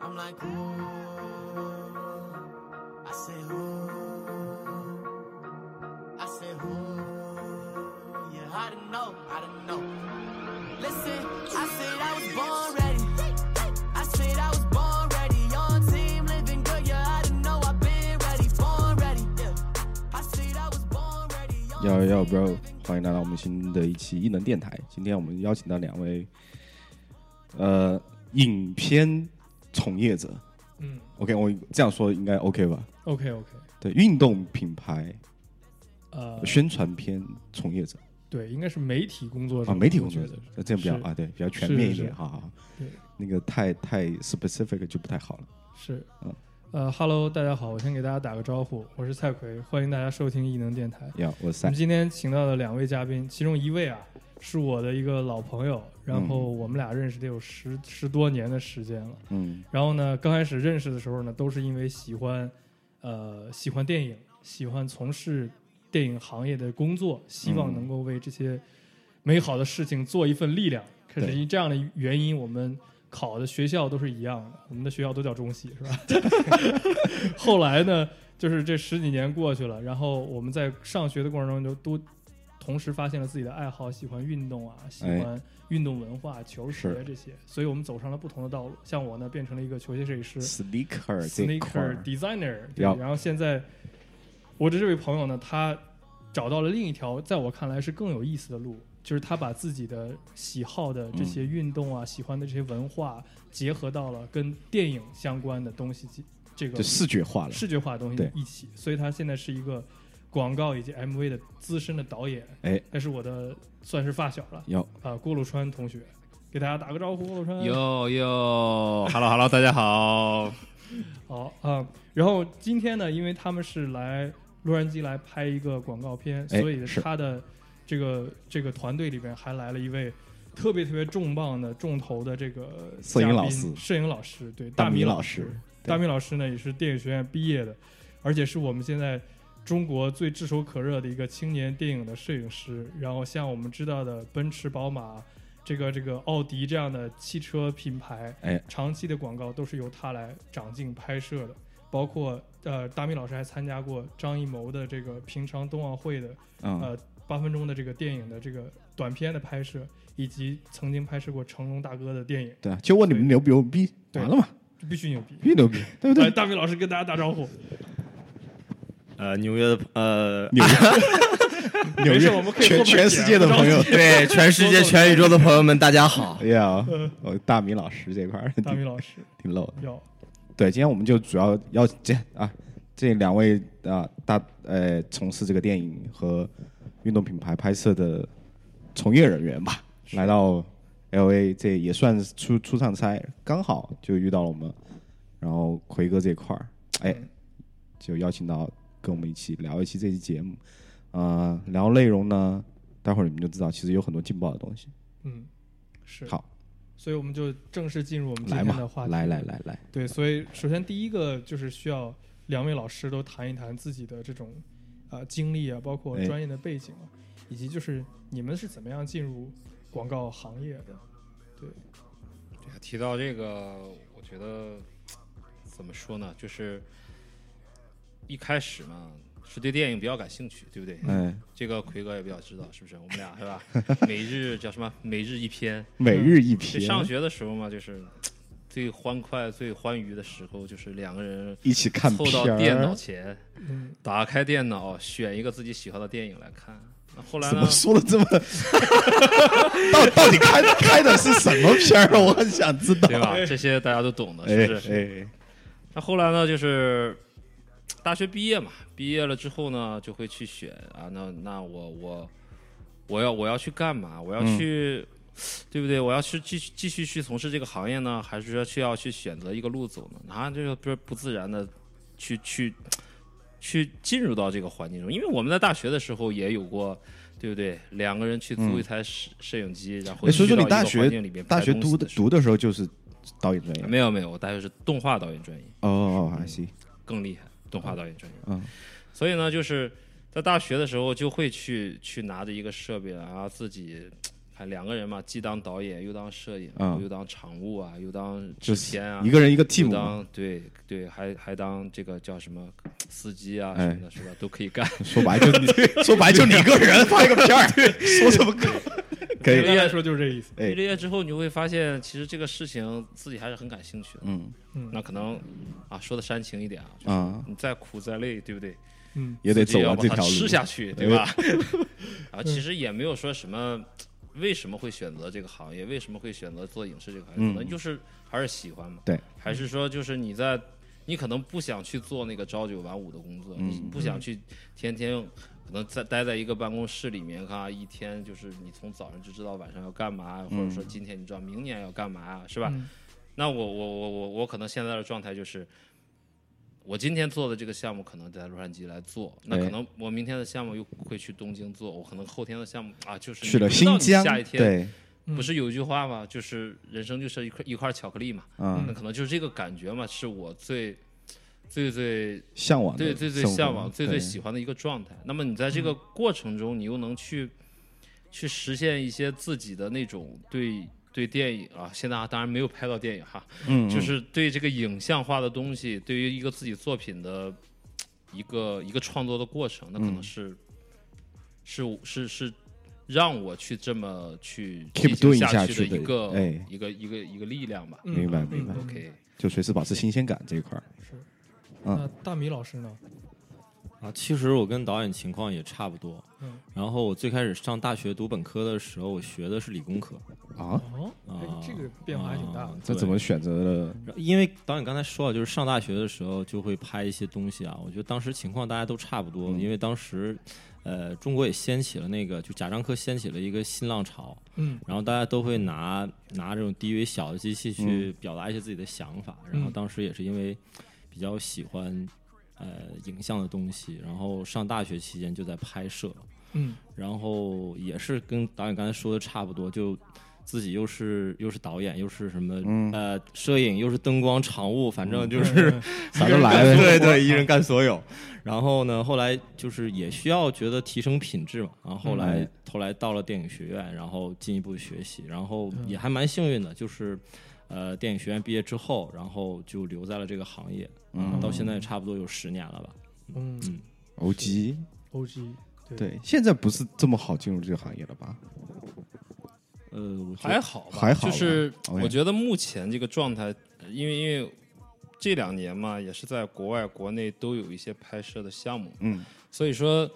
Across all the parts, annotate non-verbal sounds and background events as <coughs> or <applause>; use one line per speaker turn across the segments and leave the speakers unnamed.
I'm like, ooh. I say, ooh. I say, ooh. Yeah, I don't know, I don't know. Listen, I said I was born ready. I said I was born ready. On team, living good, yeah, I don't know. I've been ready, born ready. Yeah, I said I was born ready. on
要要
team,
bro，
living good,
欢迎来到我们新的一期异能电台。今天我们邀请到两位，呃，影片从业者。
嗯
OK，我这样说应该 OK 吧？
，OK OK，
对，运动品牌
呃，
宣传片从业者
对，应该是媒体工作者
啊，媒体
我
工作
觉
者
得，
那这样比较
是
啊，对，比较全面一
是是
点，好好好。
对，
那个太太 specific 就不太好了。
是
嗯。
呃哈喽，大家好，我先给大家打个招呼，我是蔡奎，欢迎大家收听异能电台。
呀，我
我
塞
们，今天请到的两位嘉宾，其中一位啊是我的一个老朋友，
嗯
然后我们俩认识得有十十多年的时间了。
嗯
然后呢，刚开始认识的时候呢，都是因为喜欢，呃，喜欢电影，喜欢从事电影行业的工作，希望
嗯
能够为这些美好的事情做一份力量。可是
对
因这样的原因，我们考的学校都是一样的，我们的学校都叫中戏，是吧？
<laughs>
后来呢，就是这十几年过去了，然后我们在上学的过程中就都同时发现了自己的爱好，喜欢运动啊，喜欢运动文化、球鞋
哎是
这些，所以我们走上了不同的道路。像我呢，变成了一个球鞋设计师
，sneaker 这一块
，sneaker
儿
designer，对，
要
然后现在我的这位朋友呢，他找到了另一条在我看来是更有意思的路。就是他把自己的喜好的这些运动啊，喜欢的这些文化，结合到了跟电影相关的东西，这个
就视觉化了。
视觉化的东
对
西一起，所以他现在是一个广告以及 MV 的资深的导演。
哎，
但是我的算是发小了
要
啊、郭陆川同学，给大家打个招呼，郭陆川。
哟 <laughs> 哟，Hello Hello，大家好。
好啊、然后今天呢，因为他们是来洛杉矶来拍一个广告片，
哎
所以
是
他的这个这个团队里边还来了一位。特别特别重磅的重头的这个
摄影
嘉宾
老师
摄影老师对
大
大米
米老
师
师，对
大明老师呢也是电影学院毕业的，而且是我们现在中国最炙手可热的一个青年电影的摄影师。然后像我们知道的奔驰、宝马、这个这个奥迪这样的汽车品牌，
哎，
长期的广告都是由他来掌镜拍摄的。包括呃，大明老师还参加过张艺谋的这个平昌冬奥会的
嗯，
呃八分钟的这个电影的这个短片的拍摄，以及曾经拍摄过成龙大哥的电影，
对啊，就问你们牛不牛逼？
对
完了嘛，
这必须牛逼！
必须牛逼，对不对？
来，呃大明老师跟大家打招呼。
呃，纽约的呃，
纽约，
没
纽
事
约，
我们可以后
全
面
全世界的
剪
朋友，
<laughs>
对，全世界全宇宙的朋友们，大家好。
哎呀，哦，大米老师这块儿
嗯大明
挺
老师
挺 low 的。
要
对，今天我们就主要要这啊，这两位啊大呃从事这个电影和运动品牌拍摄的从业人员吧， <laughs> 来到 L A 这也算是出出趟差，刚好就遇到了我们，然后奎哥这块儿，哎，
嗯
就邀请到跟我们一起聊一期这期节目，呃，聊内容呢，待会儿你们就知道，其实有很多劲爆的东西。
嗯，是
好，
所以我们就正式进入我们今
来
天
嘛
的话，题。
来来来来，
对，所以首先第一个就是需要两位老师都谈一谈自己的这种呃经历啊，包括
哎
专业的背景啊，以及就是你们是怎么样进入广告行业的？
提到这个，我觉得怎么说呢，就是一开始嘛，是对电影比较感兴趣，对不对？
哎，
这个奎哥也比较知道，是不是？我们俩
<laughs>
是吧？每日叫什么？每日一篇。
每日一
对，
篇，
上学的时候嘛，就是最欢快、最欢愉的时候，就是两个人
一起看
凑
片
到
儿，
电脑前，
嗯，
打开电脑，选一个自己喜欢的电影来看。那后来
怎
呢
么？说的这么？到到底开开的是什么片儿？我很想知道。
对吧？这些大家都懂的，
哎
<laughs> 是不是？
哎，
那后来呢，就是大学毕业嘛，毕业了之后呢，就会去选啊，那那我我我要我要去干嘛？我要
嗯
去，对不对？我要去继续继续去从事这个行业呢，还是说去要去选择一个路走呢？啊，这个不是不自然的去去去进入到这个环境中，因为我们在大学的时候也有过。对不对？两个人去租一台摄摄影机，然后
哎嗯所以
去
说你
到一个
大
环
学
境里面
哎大
拍
学
东
读
西
的
时候
读的时候就是导演专业。
没有没有，我大学是动画导演专业。
哦哦，还行。
更厉害，动画导演专业。
嗯，
所以呢，就是在大学的时候就会去去拿着一个设备啊，自己看两个人嘛，既当导演又当摄影，
嗯
又当场务啊，又当
就
制
是
片啊，
一个人一个
又
team，嘛
当对对，还还当这个叫什么司机啊
哎
什么的，是吧？都可以干。
说白就你，说白就你一个人拍个片儿，说什么歌？可
简
以，
单来说就是这意思。
哎
毕了业之后，你就会发现，其实这个事情自己还是很感兴趣的。
嗯
那可能啊，说的煽情一点啊，就是
啊，
你再苦再累，对不对？
嗯，
也得
自己
走
要
完
把
这
它
条路，
吃下去，对吧？啊，其实也没有说什么，为什么会选择这个行业，为什么会选择做影视这个行业，可能就是还是喜欢嘛。
对，
还是说就是你在，你可能不想去做那个朝九晚五的工作，你不想去天天可能在待在一个办公室里面哈，一天就是你从早上就知道晚上要干嘛，或者说今天你知道明年要干嘛，是吧？
嗯
那我我我我我可能现在的状态就是，我今天做的这个项目可能在洛杉矶来做，那
哎
可能我明天的项目又会去东京做，我可能后天的项目啊就是
去了
你不知
新
道你
疆
下一，天
对，
嗯
不是有一句话吗？就是人生就是一块一块巧克力嘛，
嗯，
那可能就是这个感觉嘛，是我最最最
向往的
对
生活，
最最向往、最最
对嗯
喜欢的一个状态。那么你在这个过程中，你又能去去实现一些自己的那种对对电影啊，现在当然没有拍到电影哈，
嗯，
<laughs> 就是对这个影像化的东西，对于一个自己作品的一个一个创作的过程，那可
嗯
能是、是是是让我去这么去
Keep
进行
doing 下
下
去
的
的
一个、
哎
一个一个一个力量吧。
嗯
明白
嗯
明白
嗯
OK，
就随时保持新鲜感这一块儿，
是。
嗯
那大米老师呢？
啊，其实我跟导演情况也差不多。
嗯
然后我最开始上大学读本科的时候，我学的是理工科。
啊，
哦，
啊
哎，这个变化还挺大的
啊。
这怎么选择了？
然后因为导演刚才说了，就是上大学的时候就会拍一些东西啊。我觉得当时情况大家都差不多，
嗯
因为当时，呃，中国也掀起了那个，就贾樟柯掀起了一个新浪潮，
嗯
然后大家都会拿拿这种低维小的机器去表达一些自己的想法。然后当时也是因为比较喜欢呃影像的东西，然后上大学期间就在拍摄，
嗯
然后也是跟导演刚才说的差不多，就自己又是又是导演，又是什么、呃摄影，又是灯光场务，反正
<laughs>
就是、
嗯
啥都来呗，
<laughs> 对对，一人干所有。然后呢，后来就是也需要觉得提升品质嘛，然后后来、
嗯
后来到了电影学院，然后进一步学习，然后也还蛮幸运的，就是呃电影学院毕业之后，然后就留在了这个行业，嗯，到现在差不多有十年了吧。
嗯
欧吉，
，OG 对，
对，现在不是这么好进入这个行业了吧？
呃，我觉得
还好吧，
还好吧
就是
，OK
我觉得目前这个状态，呃因为因为这两年嘛，也是在国外、国内都有一些拍摄的项目，
嗯，
所以说，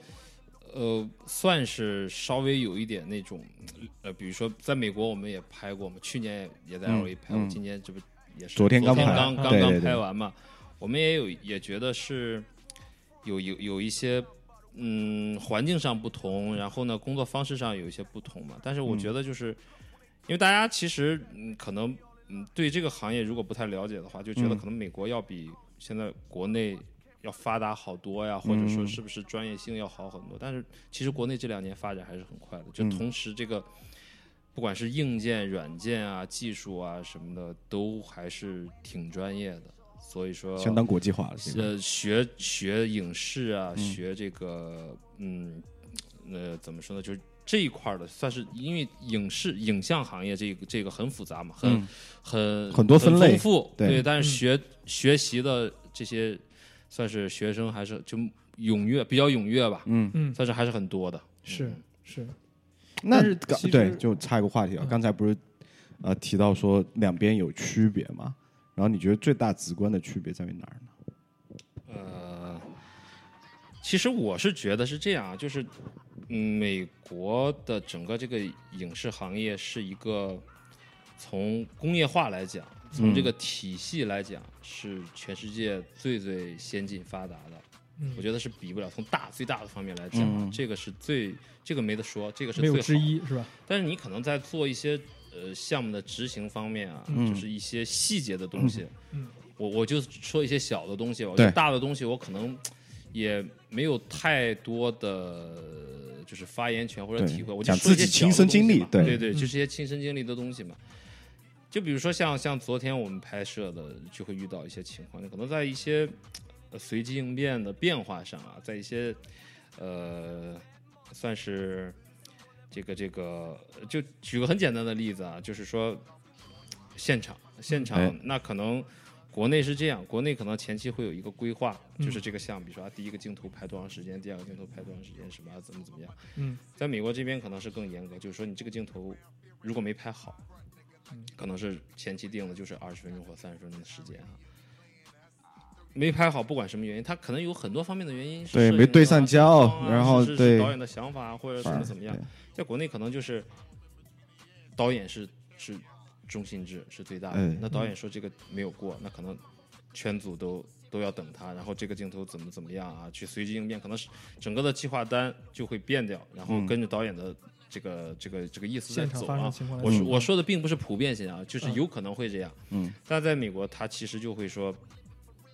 呃，算是稍微有一点那种，呃，比如说在美国我们也拍过嘛，去年也也在
嗯
LA 拍过，
嗯
今年这不也是
昨天刚
刚
拍
刚
对
刚
对
刚
对
拍完嘛，我们也有也觉得是有有有一些嗯，环境上不同，然后呢，工作方式上有一些不同嘛。但是我
嗯
觉得就是，因为大家其实嗯，可能嗯，对这个行业如果不太了解的话，就觉得
嗯
可能美国要比现在国内要发达好多
嗯
呀，或者说是不是专业性要好很多。但是其实国内这两年发展还是很快的，就
嗯
同时这个。不管是硬件、软件啊、技术啊什么的，都还是挺专业的，所以说
哦
相当国际化了，现在
呃，学学影视啊，
嗯
学这个，嗯，呃，怎么说呢？就是这一块儿的，算是因为影视影像行业这个这个很复杂嘛，很、很
嗯很多分类
丰富，
对
但是学、学习的这些算是学生还是就踊跃，比较踊跃吧，
嗯
算是还是很多的。
是是，
那
但是
刚
其实嗯
对，就插一个话题啊，刚才不是呃提到说两边有区别嘛？然后你觉得最大直观的区别在于哪儿呢？
呃，其实我是觉得是这样啊，就是嗯美国的整个这个影视行业是一个从工业化来讲，从
嗯
这个体系来讲、是全世界最最先进发达的。
嗯
我觉得是比不了，从大最大的方面来讲啊，这个是最这个没得说，这个是
没
最好
有
的
之一是吧？
但是你可能在做一些呃项目的执行方面啊，
嗯
就是一些细节的东西，
嗯
我我就说一些小的东西吧，我觉得
对
大的东西我可能也没有太多的。就是发言权或者
对
体会，我就
讲
说一
自己
些
亲
小的
身
东西
经历
嘛
对
对对，就是一些亲身经历的东西嘛。就比如说像像昨天我们拍摄的，就会遇到一些情况，就可能在一些呃随机应变的变化上啊，在一些呃算是这个这个，就举个很简单的例子啊，就是说现场现场、
哎
那可能。国内是这样，国内可能前期会有一个规划，
嗯
就是这个项目，比如说啊，第一个镜头拍多长时间，第二个镜头拍多长时间，什么啊怎么怎么样。
嗯
在美国这边可能是更严格，就是说你这个镜头如果没拍好，
嗯
可能是前期定的就是二十分钟或三十分钟的时间啊。没拍好，不管什么原因，它可能有很多方面的原因。是
对
摄影
没对
的
上焦
方啊
然后
是是
对
导演的想法啊或
呃
者怎么怎么样
对。
在国内可能就是导演是是中心制是最大的，
哎
那导演说这个没有过，那可能全组都都要等他，然后这个镜头怎么怎么样啊，去随机应变，可能是整个的计划单就会变掉，然后
嗯
跟着导演的这个、这个这个意思在
现场
走
发生
啊
的。情况来
我
说
说我说的并不是普遍性啊，就是
嗯
有可能会这样。
嗯，
但在美国，他其实就会说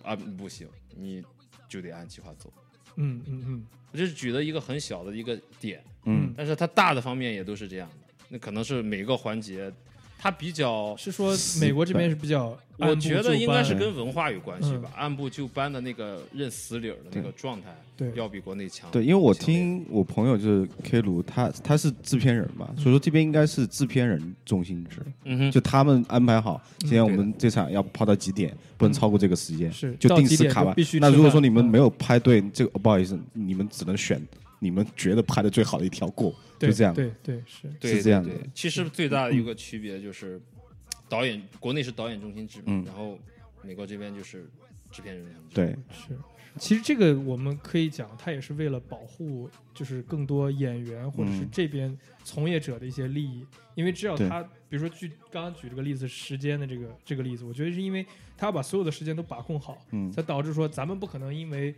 啊，不行，你就得按计划走。
嗯嗯嗯
我这是举的一个很小的一个点，
嗯，
但是它大的方面也都是这样的。那可能是每个环节，它比较，
是说美国这边是比较，
我觉得应该是跟文化有关系吧
嗯，
按部就班的那个认死理儿的那个状态，
对
要比国内强。
对，因为我
强烈
听我朋友就是 K 卢，他他是制片人嘛，所以说这边应该是制片人中心制，
嗯哼，
就他们安排好，今天我
对
们这场要拍到几点，不能超过这个时间，
是
就
到
定
几
时
点
卡
就
吧
必须。
那
吃
如果
饭
说你们
嗯
没有拍对这个，不好意思，你们只能选你们觉得拍的最好的一条过，就
对
这样。
对对是，
对
是这样的
对对其实最大的一个区别就是，导演国内是导演中心制嘛，
嗯
然后美国这边就是制片人中心制。
对，
是，其实这个我们可以讲，它也是为了保护，就是更多演员或者是
嗯
这边从业者的一些利益，因为只要
对
他，比如说举刚刚举这个例子，时间的这个这个例子，我觉得是因为他要把所有的时间都把控好，
嗯
才导致说咱们不可能因为，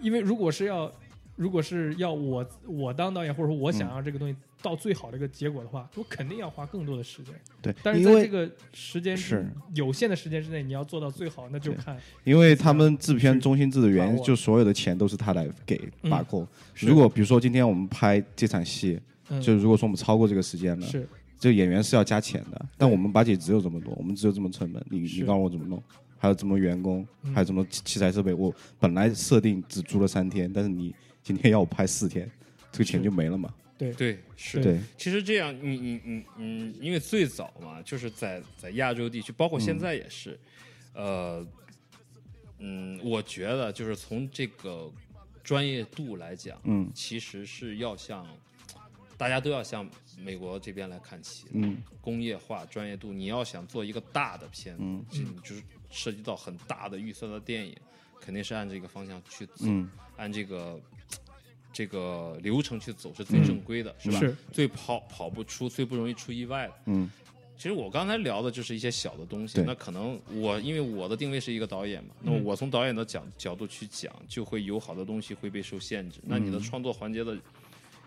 因为如果是要。如果是要我我当导演，或者说我想让这个东西到最好的一个结果的话，我肯定要花更多的时间。
对，
但是
因
在这
为
个时间
是
有限的时间之内，你要做到最好，那就
对
看
因为他们制片
是
中心制的原
把
因，
握
就所有的钱都是他来给
嗯
把控。
是
如果比如说今天我们拍这场戏，
嗯
就如果说我们超过这个时间了，
是
这个演员是要加钱的，但我们budget 只有这么多，我们只有这么成本，你
是
你告诉我怎么弄？还有这么多员工，
嗯
还有这么多器器材设备，我本来设定只租了三天，但是你今天要我拍四天，这个钱
是
就没了嘛？
对，是
对
对，
其实这样，你你你你，因为最早嘛，就是在在亚洲地区，包括现
嗯
在也是，呃，嗯，我觉得就是从这个专业度来讲，
嗯
其实是要向大家都要向美国这边来看齐的。
嗯
工业化、专业度，你要想做一个大的片子，
嗯
这你就是涉及到很大的预算的电影，肯定是按这个方向去走，
嗯
按这个这个流程去走是最
嗯
正规的，是吧？
是
最跑跑不出、最不容易出意外的。
嗯
其实我刚才聊的就是一些小的东西
对，
那可能我因为我的定位是一个导演嘛，那
嗯
我从导演的角角度去讲，就会有好的东西会被受限
嗯
制。那你的创作环节的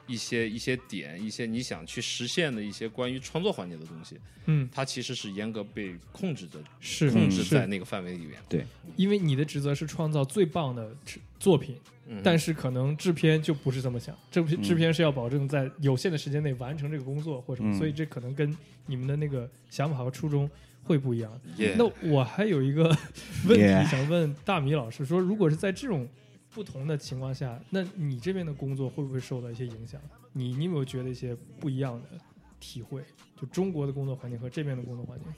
一些一些点，一些你想去实现的一些关于创作环节的东西，
嗯，
它其实是严格被控制的，
是
控制在
是，
那个范围里面。
因为你的职责是创造最棒的制作品，
嗯，
但
是
是可能制片就不是这么想，制片制片是要保证在有限的时间内完成这个工作或什
嗯
么，所以这可能跟你们的那个想法和初衷会不一样。
也
那我还
<laughs>
有一个问题
Yeah
想问大米老师，说如果是在这种不同的情况下，那你这边的工作会不会受到一些影响？你你有没有觉得一些不一样的体会？就中国的工作环境和这边的工作环境，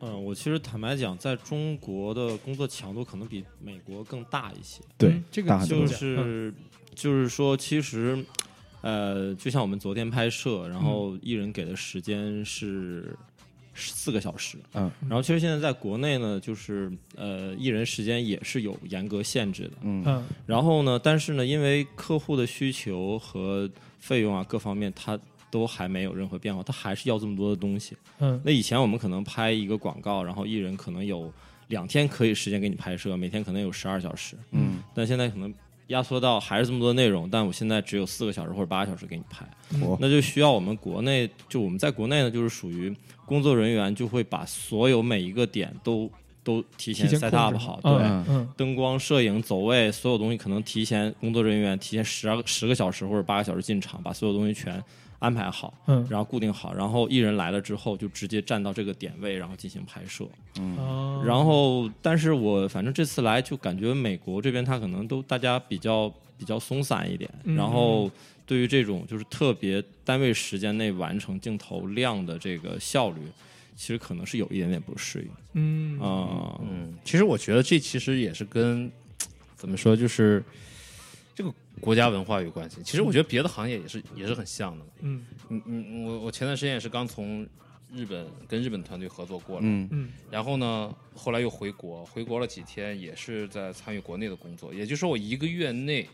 嗯，我其实坦白讲，在中国的工作强度可能比美国更大一些。
啊对，
嗯这个
大很
就
多
嗯
是就是说，其实呃，就像我们昨天拍摄，
嗯
然后一人给的时间是四个小时，
嗯，
然后其实现在在国内呢，就是呃，一人时间也是有严格限制的，
嗯
嗯
然后呢，但是呢，因为客户的需求和费用啊各方面，它都还没有任何变化，它还是要这么多的东西。
嗯
那以前我们可能拍一个广告，然后艺人可能有两天可以时间给你拍摄，每天可能有十二小时，
嗯
但现在可能压缩到还是这么多内容，但我现在只有四个小时或者八个小时给你拍，
嗯
我
哦
那就需要我们国内就我们在国内呢，就是属于工作人员就会把所有每一个点都都提前
提前
set
控
up
制
好，对。
嗯嗯
灯光、摄影、走位，所有东西可能提前工作人员提前十二十个小时或者八个小时进场，把所有东西全安排好，
嗯
然后固定好，然后艺人来了之后就直接站到这个点位，然后进行拍摄。
哦
然后，但是我反正这次来就感觉美国这边他可能都大家比较比较松散一点，
嗯
然后对于这种就是特别单位时间内完成镜头量的这个效率，其实可能是有一点点不适应
嗯
啊、
嗯，其实我觉得这其实也是跟怎么说，就是这个国家文化有关系。其实我觉得别的行业也是也是很像的。
嗯
嗯嗯，我我前段时间也是刚从日本跟日本团队合作过了，
嗯
嗯
然后呢，后来又回国，回国了几天，也是在参与国内的工作。也就是说，我一个月内，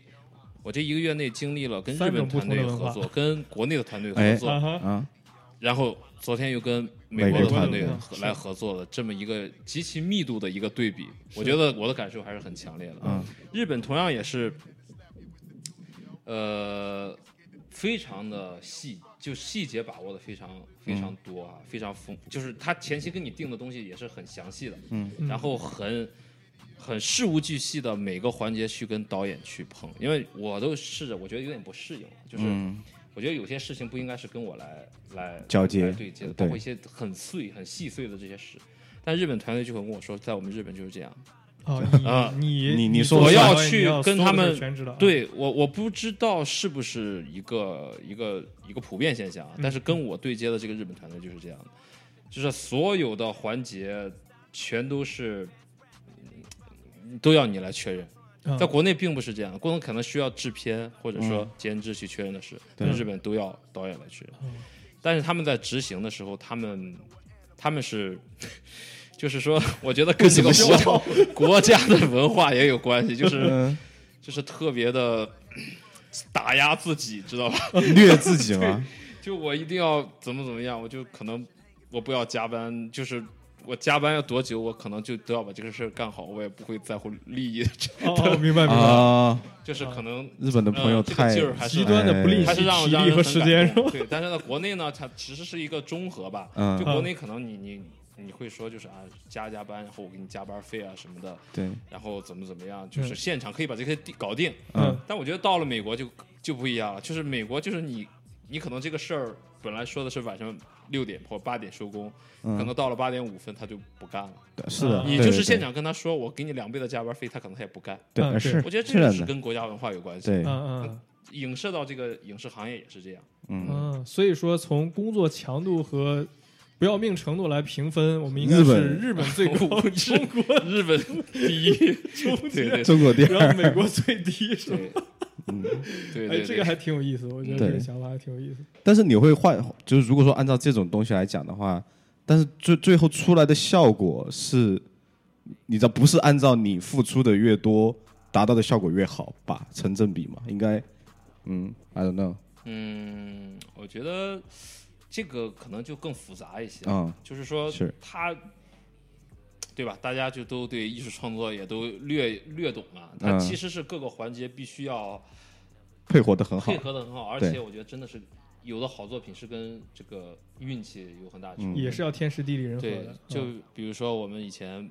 我这一个月内经历了跟日
三种
本
不同
团
的
队
文化
合作，跟国内的团队合作，
啊哈
啊，
然后昨天又跟美
美
国
国
的团队
团队
合
是
来合作的这么一个极其密度的一个对比，我觉得我的感受还是很强烈的。
嗯，
日本同样也是，呃，非常的细，就细节把握的非常非常多啊，非常丰，就是他前期跟你定的东西也是很详细的，嗯，然后很。很事无巨细的每个环节去跟导演去碰，因为我都试着，我觉得有点不适应，就是
嗯
我觉得有些事情不应该是跟我来来
交接
来对接的，
对
包括一些很碎、很细碎的这些事。但日本团队就会跟我说，在我们日本就是这样。
哦
啊
你
你
你
你说
做
我
导
要
演
去
你要
跟
所有的
他
事儿
们
全知道，，
对我，我不知道是不是一个一个一个普遍现象啊，但是
嗯
跟我对接的这个日本团队就是这样的，就是所有的环节全都是嗯都要你来确认。
嗯
在国内并不是这样，国内可能需要制片或者说监制去确认的事，但是日本都要导演来确认。但是他们在执行的时候，他们他们是， <laughs> 就是说， <laughs> 我觉得跟这个国 <laughs> 家国家的文化也有关系，
<laughs>
就是
嗯，
就是特别的 <coughs> 打压自己，知道吧？
<laughs>
<laughs>
虐自己嘛，
<laughs>
就我一定要怎么怎么样，我就可能我不要加班，就是我加班要多久，我可能就都要把这个事儿干好，我也不会在乎利益，
哦哦，明白明白，
啊，
<laughs> 就是可能
日本的朋友
嗯
呃这个
太
劲儿还是
极端的不利
还是让
体
让
力
人
和
很
时
感
间是
动
吧？
对，但是在国内呢，它其实是一个综合吧。
嗯
就国内可能你你你会说就是啊加加班，然后我给你加班费啊什么的，
对，
然后怎么怎么样，就
嗯
是现场可以把这些地搞定。
<laughs>
哎
嗯
但我觉得到了美国就就不一样了，就是美国就是你你可能这个事儿本来说的是晚上六点或八点收工，可能到了八点五分他就不干了。
是
嗯
的，
啊你
嗯对
就是
对
现场跟他说我给你两倍的加班费，他可能他也不
<laughs>
干。
对
嗯
呃
对
是，
我觉得这
是
个
的
是
呢
跟国家文化有关系。
对，
嗯嗯
影射到这个影视行业也是这样。
嗯，所以说从工作强度和不要命程度来评分，我们应该
日
是
本
日本最高，中国
日本第一，
<laughs>
对对对
中国第
然后
二，
美国最低，是吧？
对，嗯对
哎，
对，
这个还挺有意思，我觉得这个
对
想法还挺有意思。
但是你会换，就是如果说按照这种东西来讲的话，但是最最后出来的效果是，你知道不是按照你付出的越多，达到的效果越好吧？成正比嘛，应该，嗯，I don't know，
嗯，我觉得这个可能就更复杂一些，
嗯
就是说
是
他。对吧？大家就都对艺术创作也都略略懂了。它
嗯
其实是各个环节必须要
配合的很好
配，合的很好，而
对
且我觉得真的是有的好作品是跟这个运气有很大的
嗯
成分。
也是要天时地利人和
对
的，，嗯
就比如说我们以前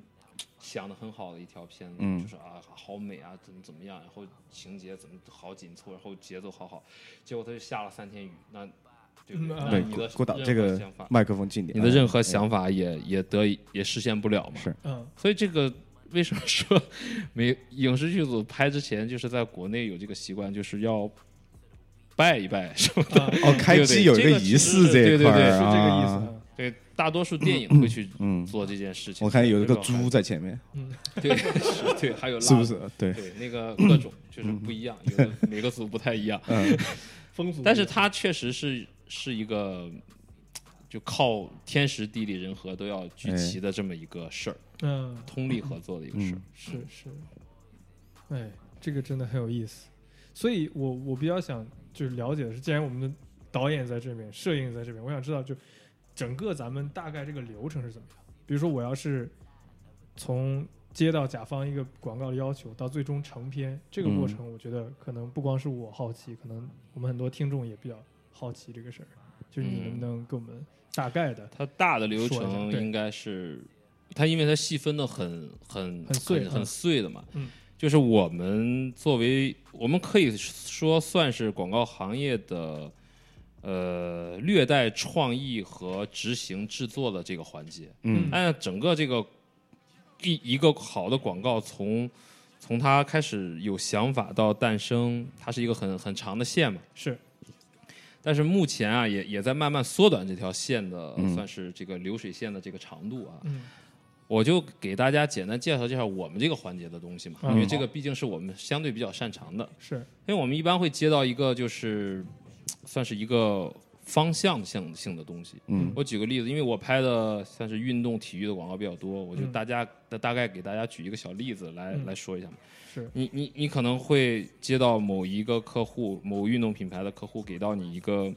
想的很好的一条片子，
嗯
就是啊好美啊，怎么怎么样，然后情节怎么好紧凑，然后节奏好好，结果他就下了三天雨，那对不
嗯
对？那
对，
你
郭
的
郭导
任
这
何
个
想法，
麦克风近点，
你的任何想法也也得以也实现不了嘛。
是
嗯
所以这个为什么说美影视剧组拍之前，就是在国内有这个习惯，就是要拜一拜什么的。
哦，开机有一
这个
仪式一
其实对对
块儿
对
是这个意
啊
思。啊。
对，大多数电影会去
嗯
做这件事情。
我看有一个
这种还
猪在前面，
对，是，对，还
<laughs>
有
是
蜡
不是？对，
对，那个各种就是不一样，有的每个组不太一样，
嗯，
风俗，
但是它确实是是一个就靠天时地利人和都要聚齐的这么一个事儿，
嗯
通力合作的一个事
嗯
儿。
是是，嗯哎，这个真的很有意思。所以我我比较想就是了解的是，既然我们的导演在这边，摄影在这边，我想知道就整个咱们大概这个流程是怎么样。比如说我要是从接到甲方一个广告的要求到最终成片这个过
嗯
程，我觉得可能不光是我好奇，可能我们很多听众也比较好奇这个事儿。就是你能不能给我们大概的？
它大的流
说一
程
下对
应该是，它因为它细分的很很
很碎
很
嗯
碎的嘛。
嗯
就是我们作为我们可以说算是广告行业的呃略带创意和执行制作的这个环节。
嗯
按哎整个这个一一个好的广告从从它开始有想法到诞生，它是一个很很长的线嘛。
是
但是目前啊，也也在慢慢缩短这条线的，算是这个流水线的这个长度啊。
嗯
我就给大家简单介绍介绍我们这个环节的东西嘛，
嗯
因为这个毕竟是我们相对比较擅长的。
是，
因为我们一般会接到一个就是算是一个方向性性的东西。
嗯，
我举个例子，因为我拍的算是运动体育的广告比较多，我就
嗯
大家、大概给大家举一个小例子来、
嗯
来说一下嘛。
是
你你你可能会接到某一个客户，某运动品牌的客户给到你一个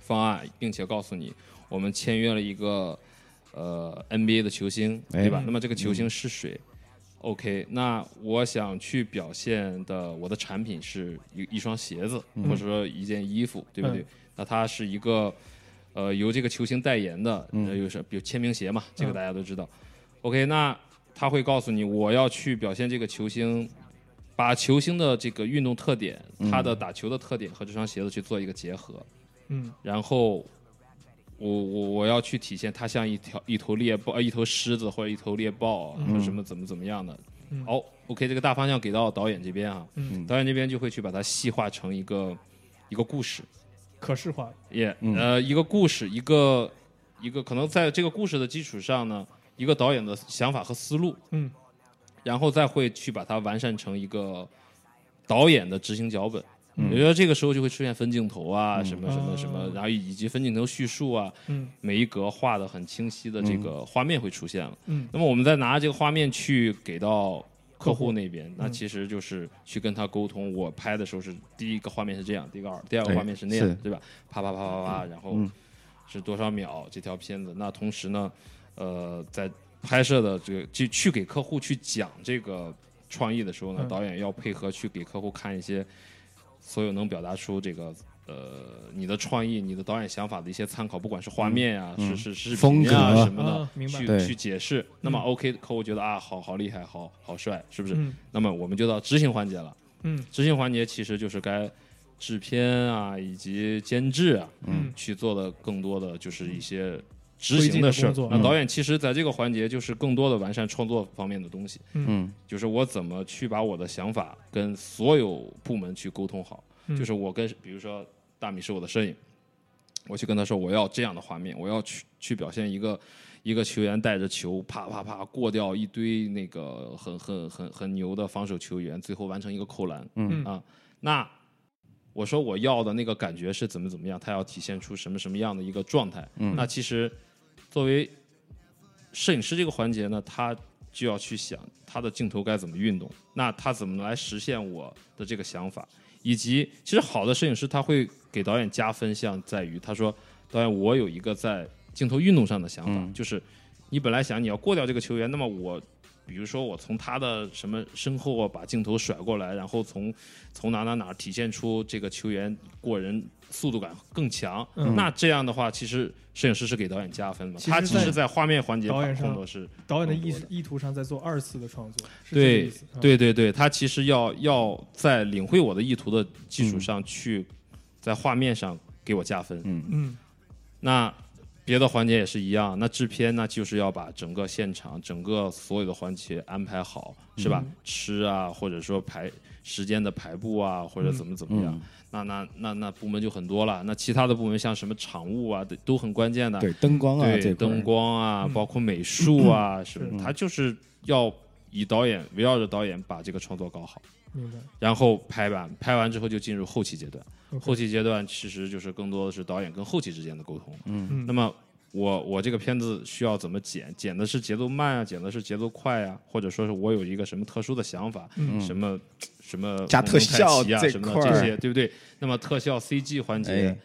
方案，并且告诉你我们签约了一个呃 NBA 的球星，
哎
对吧？那么这个球星是谁？OK，那我想去表现的我的产品是一一双鞋子，或者说一件衣服，对不对？
嗯
那它是一个呃由这个球星代言的，呃有什比如签名鞋嘛，这个大家都知道。OK，那他会告诉你我要去表现这个球星，把球星的这个运动特点、他的打球的特点和这双鞋子去做一个结合，
嗯
然后。我我我要去体现它像一条一头猎豹，呃一头狮子或者一头猎豹啊，或者什么怎么怎么样的，
嗯
哦，OK，这个大方向给到导演这边啊，
嗯
导演这边就会去把它细化成一个一个故事，
可视化，
也、
嗯
呃一个故事，一个一个可能在这个故事的基础上呢，一个导演的想法和思路，
嗯，
然后再会去把它完善成一个导演的执行脚本。
嗯
也就是说这个时候就会出现分镜头啊，什么什么什么
哦，
然后以及分镜头叙述啊，
嗯
每一格画的很清晰的这个画面会出现了。
嗯
那么我们再拿这个画面去给到客
客户
户那边，那其实就是去跟他沟通，我拍的时候是第一个画面是这样，第一个第二个
对
画面是那样
是，
对吧？啪啪啪啪啪，然后是多少秒这条片子？那同时呢，呃，在拍摄的这个去去给客户去讲这个创意的时候呢
嗯，
导演要配合去给客户看一些所有能表达出这个。呃，你的创意、你的导演想法的一些参考，不管是画面啊，
嗯
是是视
风
频
格
啊什么的，
啊明白
对
去去解释。那么 OK，客户觉得啊，好好厉害，好好帅，是不是？
嗯
那么我们就到执行环节了。
嗯
执行环节其实就是该制片啊，以及监制啊，
嗯
去做的更多的就是一些执行的
推进的
事
工
儿
作。嗯
那导演其实在这个环节就是更多的完善创作方面的东西，
嗯
就是我怎么去把我的想法跟所有部门去沟通好，
嗯
就是我跟比如说大米是我的摄影，我去跟他说我要这样的画面，我要去去表现一个一个球员带着球啪啪啪过掉一堆那个很很很很牛的防守球员，最后完成一个扣篮，
嗯
啊，那我说我要的那个感觉是怎么怎么样，他要体现出什么什么样的一个状态，
嗯
那其实作为摄影师这个环节呢，他就要去想他的镜头该怎么运动，那他怎么来实现我的这个想法，以及其实好的摄影师他会给导演加分项在于他说导演我有一个在镜头运动上的想法，
嗯
就是你本来想你要过掉这个球员，那么我。比如说，我从他的什么身后啊，把镜头甩过来，然后从从哪哪哪体现出这个球员过人速度感更强。
嗯
那这样的话，其实摄影师是给导演加分嘛
其？实
他只
在
是在画面环节
导
把
演上
控的是
导演的意
更多的
意图上在做二次的创作，是这个
对
意思啊
对对对，他其实要要在领会我的意图的基础上去，在画面上给我加分。
嗯
那别的环节也是一样，那制片呢就是要把整个现场、整个所有的环节安排好，是吧？
嗯
吃啊，或者说排时间的排布啊，或者怎么怎么样。那那那那部门就很多了，那其他的部门像什么场务啊，都都很关键的。
对，灯光啊
对
这块儿嗯
灯光啊，包括美术啊什么，他就是要以导演围绕着导演把这个创作搞好，
明白
然后拍完，拍完之后就进入后期阶段。
OK
后期阶段其实就是更多的是导演跟后期之间的沟通。
嗯
那么我我这个片子需要怎么剪？剪的是节奏慢啊，剪的是节奏快啊，或者说是我有一个什么特殊的想法，
嗯
什么什么
加特效
蒙太奇啊
这
什么的
块儿
这些，对不对？那么特效 CG 环节。
哎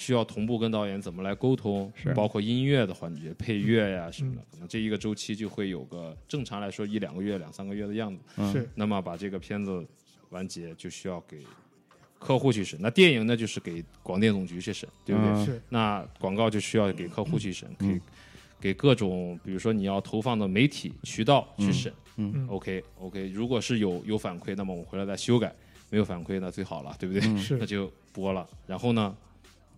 需要同步跟导演怎么来沟通，
是嗯
包括音乐的环节、配乐呀、什么的，可能这一个周期就会有个正常来说一两个月、两三个月的样子。
是
那么把这个片子完结，就需要给客户去审。那电影呢，就是给广电总局去审，对不对？
嗯
是
那广告就需要给客户去审，给、给各种，比如说你要投放的媒体渠道去审。
嗯
嗯
OK OK，如果是有有反馈，
嗯
那嗯么我们回来再修改；没有反馈，那最好了，对不对？
是
那就播了。然后呢，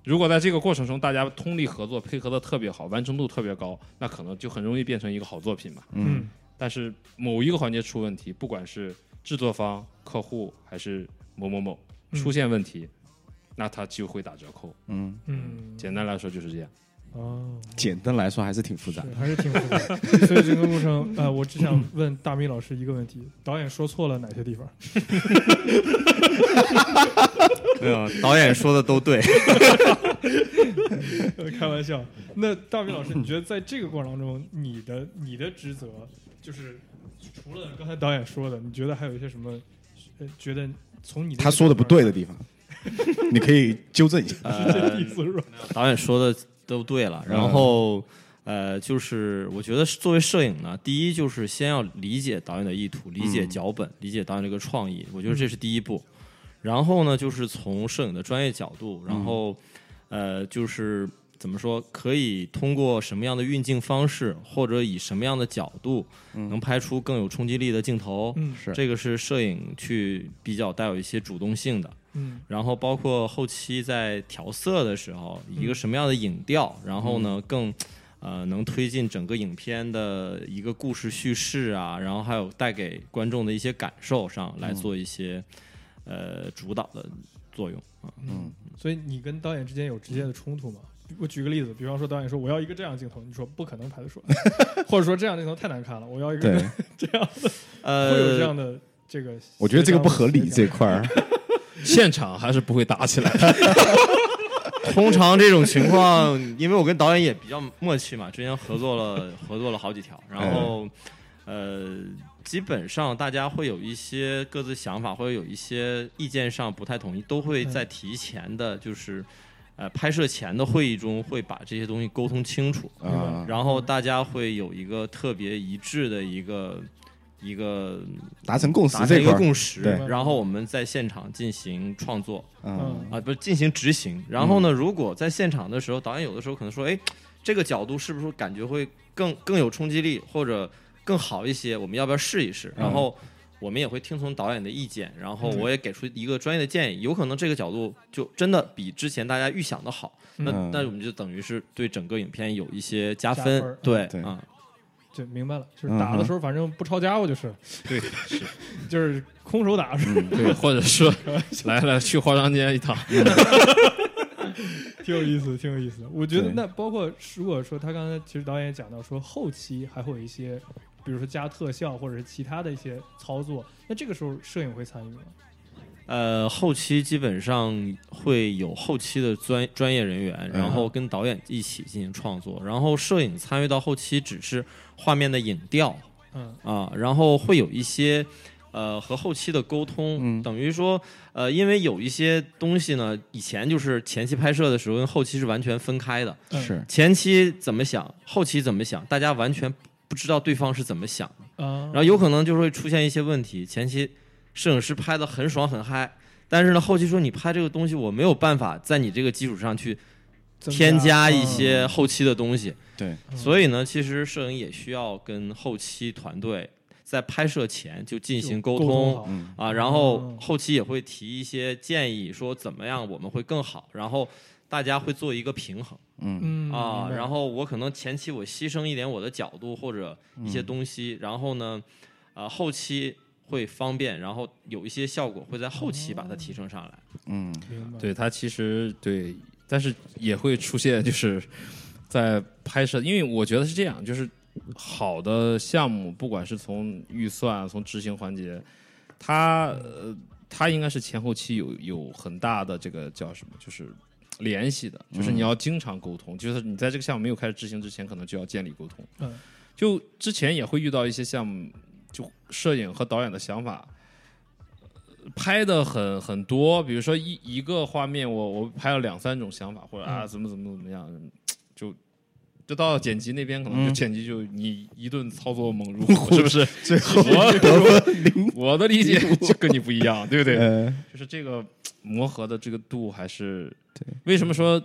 如果在这个过程中大家通力合作，配合的特别好，完成度特别高，那可能就很容易变成一个好作品嘛。
嗯
但是某一个环节出问题，不管是制作方、客户还是某某某
嗯
出现问题，那它就会打折扣。
嗯，
嗯，
简单来说就是这样。
哦，
简单来说还是挺复
<laughs>
杂的。
对还是挺复杂的。所以这个路上，呃，我只想问大米老师一个问题：导演说错了哪些地方？ <laughs>
没有，导演说的都对。
开玩笑。那大明老师，你觉得在这个过程当中，你的你的职责就是除了刚才导演说的，你觉得还有一些什么？呃，觉得从你
<laughs> 他说的不对的地方，你可以纠正一下。
啊是 <laughs> 这个
呃
意思是吧？
导演说的都对了。然后，呃，就是我觉得作为摄影呢，第一就是先要理解导演的意图，理解脚本，理解导演这个创意，我觉得这是第一步。然后呢，就是从摄影的专业角度，然后，呃，就是怎么说，可以通过什么样的运镜方式，或者以什么样的角度，能拍出更有冲击力的镜头。
嗯
是
这个是摄影去比较带有一些主动性的。
嗯
然后包括后期在调色的时候，一个什么样的影调，然后呢更。呃，能推进整个影片的一个故事叙事啊，然后还有带给观众的一些感受上来做一些、呃主导的作用啊。
嗯。所以你跟导演之间有直接的冲突吗？
嗯
我举个例子，比方说导演说我要一个这样的镜头，你说不可能拍得出来，
<laughs>
或者说这样的镜头太难看了，我要一个
对，
这样的，会有这
呃
样，的这个。
我觉得这个不合理
<laughs>
这块儿。
现场还是不会打起来的。
通常这种情况，因为我跟导演也比较默契嘛，之前合
<laughs>
作了合作了好几
哎
条，然后呃，基本上大家会有一些各自想法，或者有一些意见上不太统一，都会
嗯
在提前的，就是呃拍摄前的会议中会把这些东西沟通清楚，
啊，
然后大家会有一个特别一致的一个一个
达成共识
达成
这
一
块儿，
个共识
对，
然后我们在现场进行创作。
嗯
啊，不是进行执行。然后呢，如果在现场的时候，导演有的时候可能说，哎，这个角度是不是感觉会更更有冲击力，或者更好一些？我们要不要试一试？然后我们也会听从导演的意见，然后我也给出一个专业的建议。有可能这个角度就真的比之前大家预想的好，那
嗯
那我们就等于是对整个影片有一些加
加
分
分儿。
对
对
啊，
对，明白了，
嗯
就是打的时候反正不抄家伙就是，
对，是
<laughs> 就是空手打是吧
对，或者说来来去化妆间一趟，
挺有意思，挺有意思。我觉得
对
那包括如果说他刚才其实导演也讲到说后期还会有一些，比如说加特效或者是其他的一些操作，那这个时候摄影会参与吗？
呃，后期基本上会有后期的专专业人员，然后跟导演一起进行创作，然后摄影参与到后期只是画面的影调
嗯
啊，然后会有一些呃和后期的沟通，等于说呃，因为有一些东西呢，以前就是前期拍摄的时候跟后期是完全分开的，
嗯
<laughs>
是
前期怎么想，后期怎么想，大家完全不知道对方是怎么想的。
啊
然，后有可能就会出现一些问题。前期摄影师拍的很爽很嗨，但是呢，后期说你拍这个东西，我没有办法在你这个基础上去
增
添加一些后期的东西。
对，
嗯
所以呢，其实摄影也需要跟后期团队在拍摄前就进行沟
沟
通。
好
嗯
啊，然后
嗯
后期也会提一些建议，说怎么样我们会更好，然后大家会做一个平衡。
嗯
嗯
啊，
明白
然后我可能前期我牺牲一点我的角度或者一些东西，然后呢，呃，后期会方便，然后有一些效果会在后期把它提升上来。
嗯，
明白
对它其实对，但是也会出现就是在拍摄，因为我觉得是这样，就是好的项目，不管是从预算、啊从执行环节，它呃，它应该是前后期有有很大的这个叫什么，就是。联系的，就是你要经常沟通，就是你在这个项目没有开始执行之前，可能就要建立沟通。
嗯，
就之前也会遇到一些项目，就摄影和导演的想法，呃拍的很很多，比如说一一个画面我，我拍了两三种想法，或者啊
嗯
怎么怎么怎么样，就就到剪辑那边可能就剪辑就你一顿操作猛如 <laughs> 虎，是不是？
最后
我我的理解就跟你不一样，对不对？ <laughs>
呃，
就是这个磨合的这个度还是对。为什么说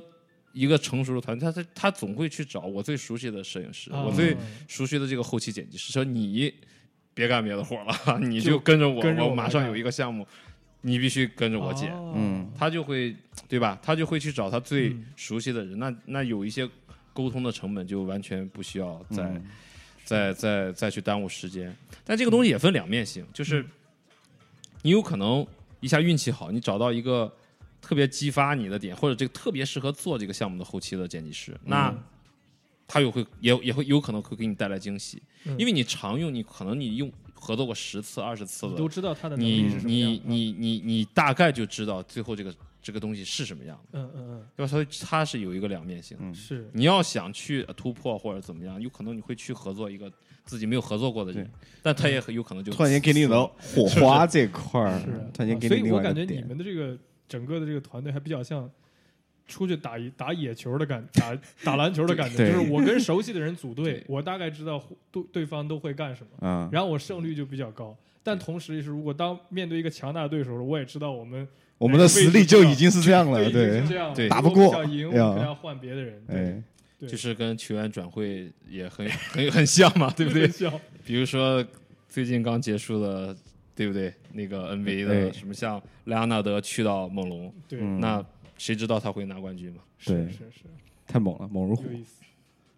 一个成熟的团队，他他他总会去找我最熟悉的摄影师，
啊
我最熟悉的这个后期剪辑师，说你别干别的活了，你就跟着我， <laughs>
跟着我
马上有
来
一个项目。你必须跟着我姐，
哦
嗯，
他就会对吧？他就会去找他最
嗯
熟悉的人。那那有一些沟通的成本就完全不需要再、
嗯
再再再去耽误时间。但这个东西也分两面性，就是你有可能一下运气好，你找到一个特别激发你的点，或者这个特别适合做这个项目的后期的剪辑师，那。他也会也也会有可能会给你带来惊喜，
嗯
因为你常用，你可能你用合作过十次、二十次
你
了，
都知道他的能力
你
是什么样
你你你你大概就知道最后这个这个东西是什么样的，
嗯嗯
对吧？所以它是有一个两面性的。
嗯，是
你要想去呃突破或者怎么样，有可能你会去合作一个自己没有合作过的人，但他也很有可能就
突然间给你的火花这块儿
是，
突然间
啊
给
所
你
以
另
我
外一
感
个
觉你
点，
们的这个整个的这个团队还比较像出去打一打野球的感打打篮球的感觉，
对
就是我跟熟悉的人组队，我大概知道对对方都会干什么，
嗯，
然后我胜率就比较高。但同时也是，如果当面对一个强大的对手的时候，我也知道我们
我们的实力就已经是这样了，
已经
对
是，这样了，
对
打
如
不
果我
过
想赢，我
哎呀
可能要换别的人，对，
哎，
对
就是跟球员转会也很很很像嘛，对不对？ <laughs>
笑
比如说最近刚结束的，对不对？那个 NBA 的
对
什么像莱昂纳德去到猛龙，
对，
嗯
那谁知道他会拿冠军嘛？
是
对
是是。
太猛了，猛如虎
有，意思，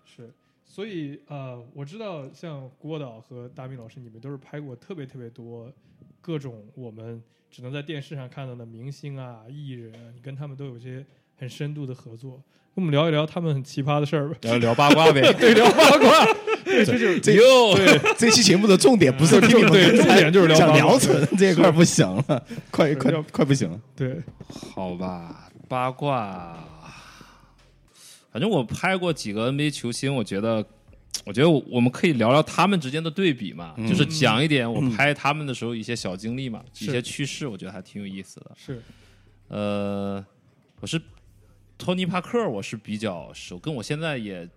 是，所以呃，我知道像郭导和大明老师，你们都是拍过特别特别多各种我们只能在电视上看到的明星啊、艺人啊，你跟他们都有一些很深度的合作。跟我们聊一聊他们很奇葩的事儿吧。
然后聊八卦呗， <laughs>
对，聊八卦，对，这就这
哟，
<laughs> 这期节目的重点不是听你们
对重点就是聊八
讲
卦
疗程这一块不行了，快快
要
快不行了，
<laughs>
对，
好吧，八卦。反正我拍过几个 NBA 球星，我觉得，我觉得我们可以聊聊他们之间的对比嘛，就是讲一点我拍他们的时候一些小经历嘛，
是
一些趣事，我觉得还挺有意思的。
是，
呃，我是托尼·帕克，我是比较熟，跟我现在也，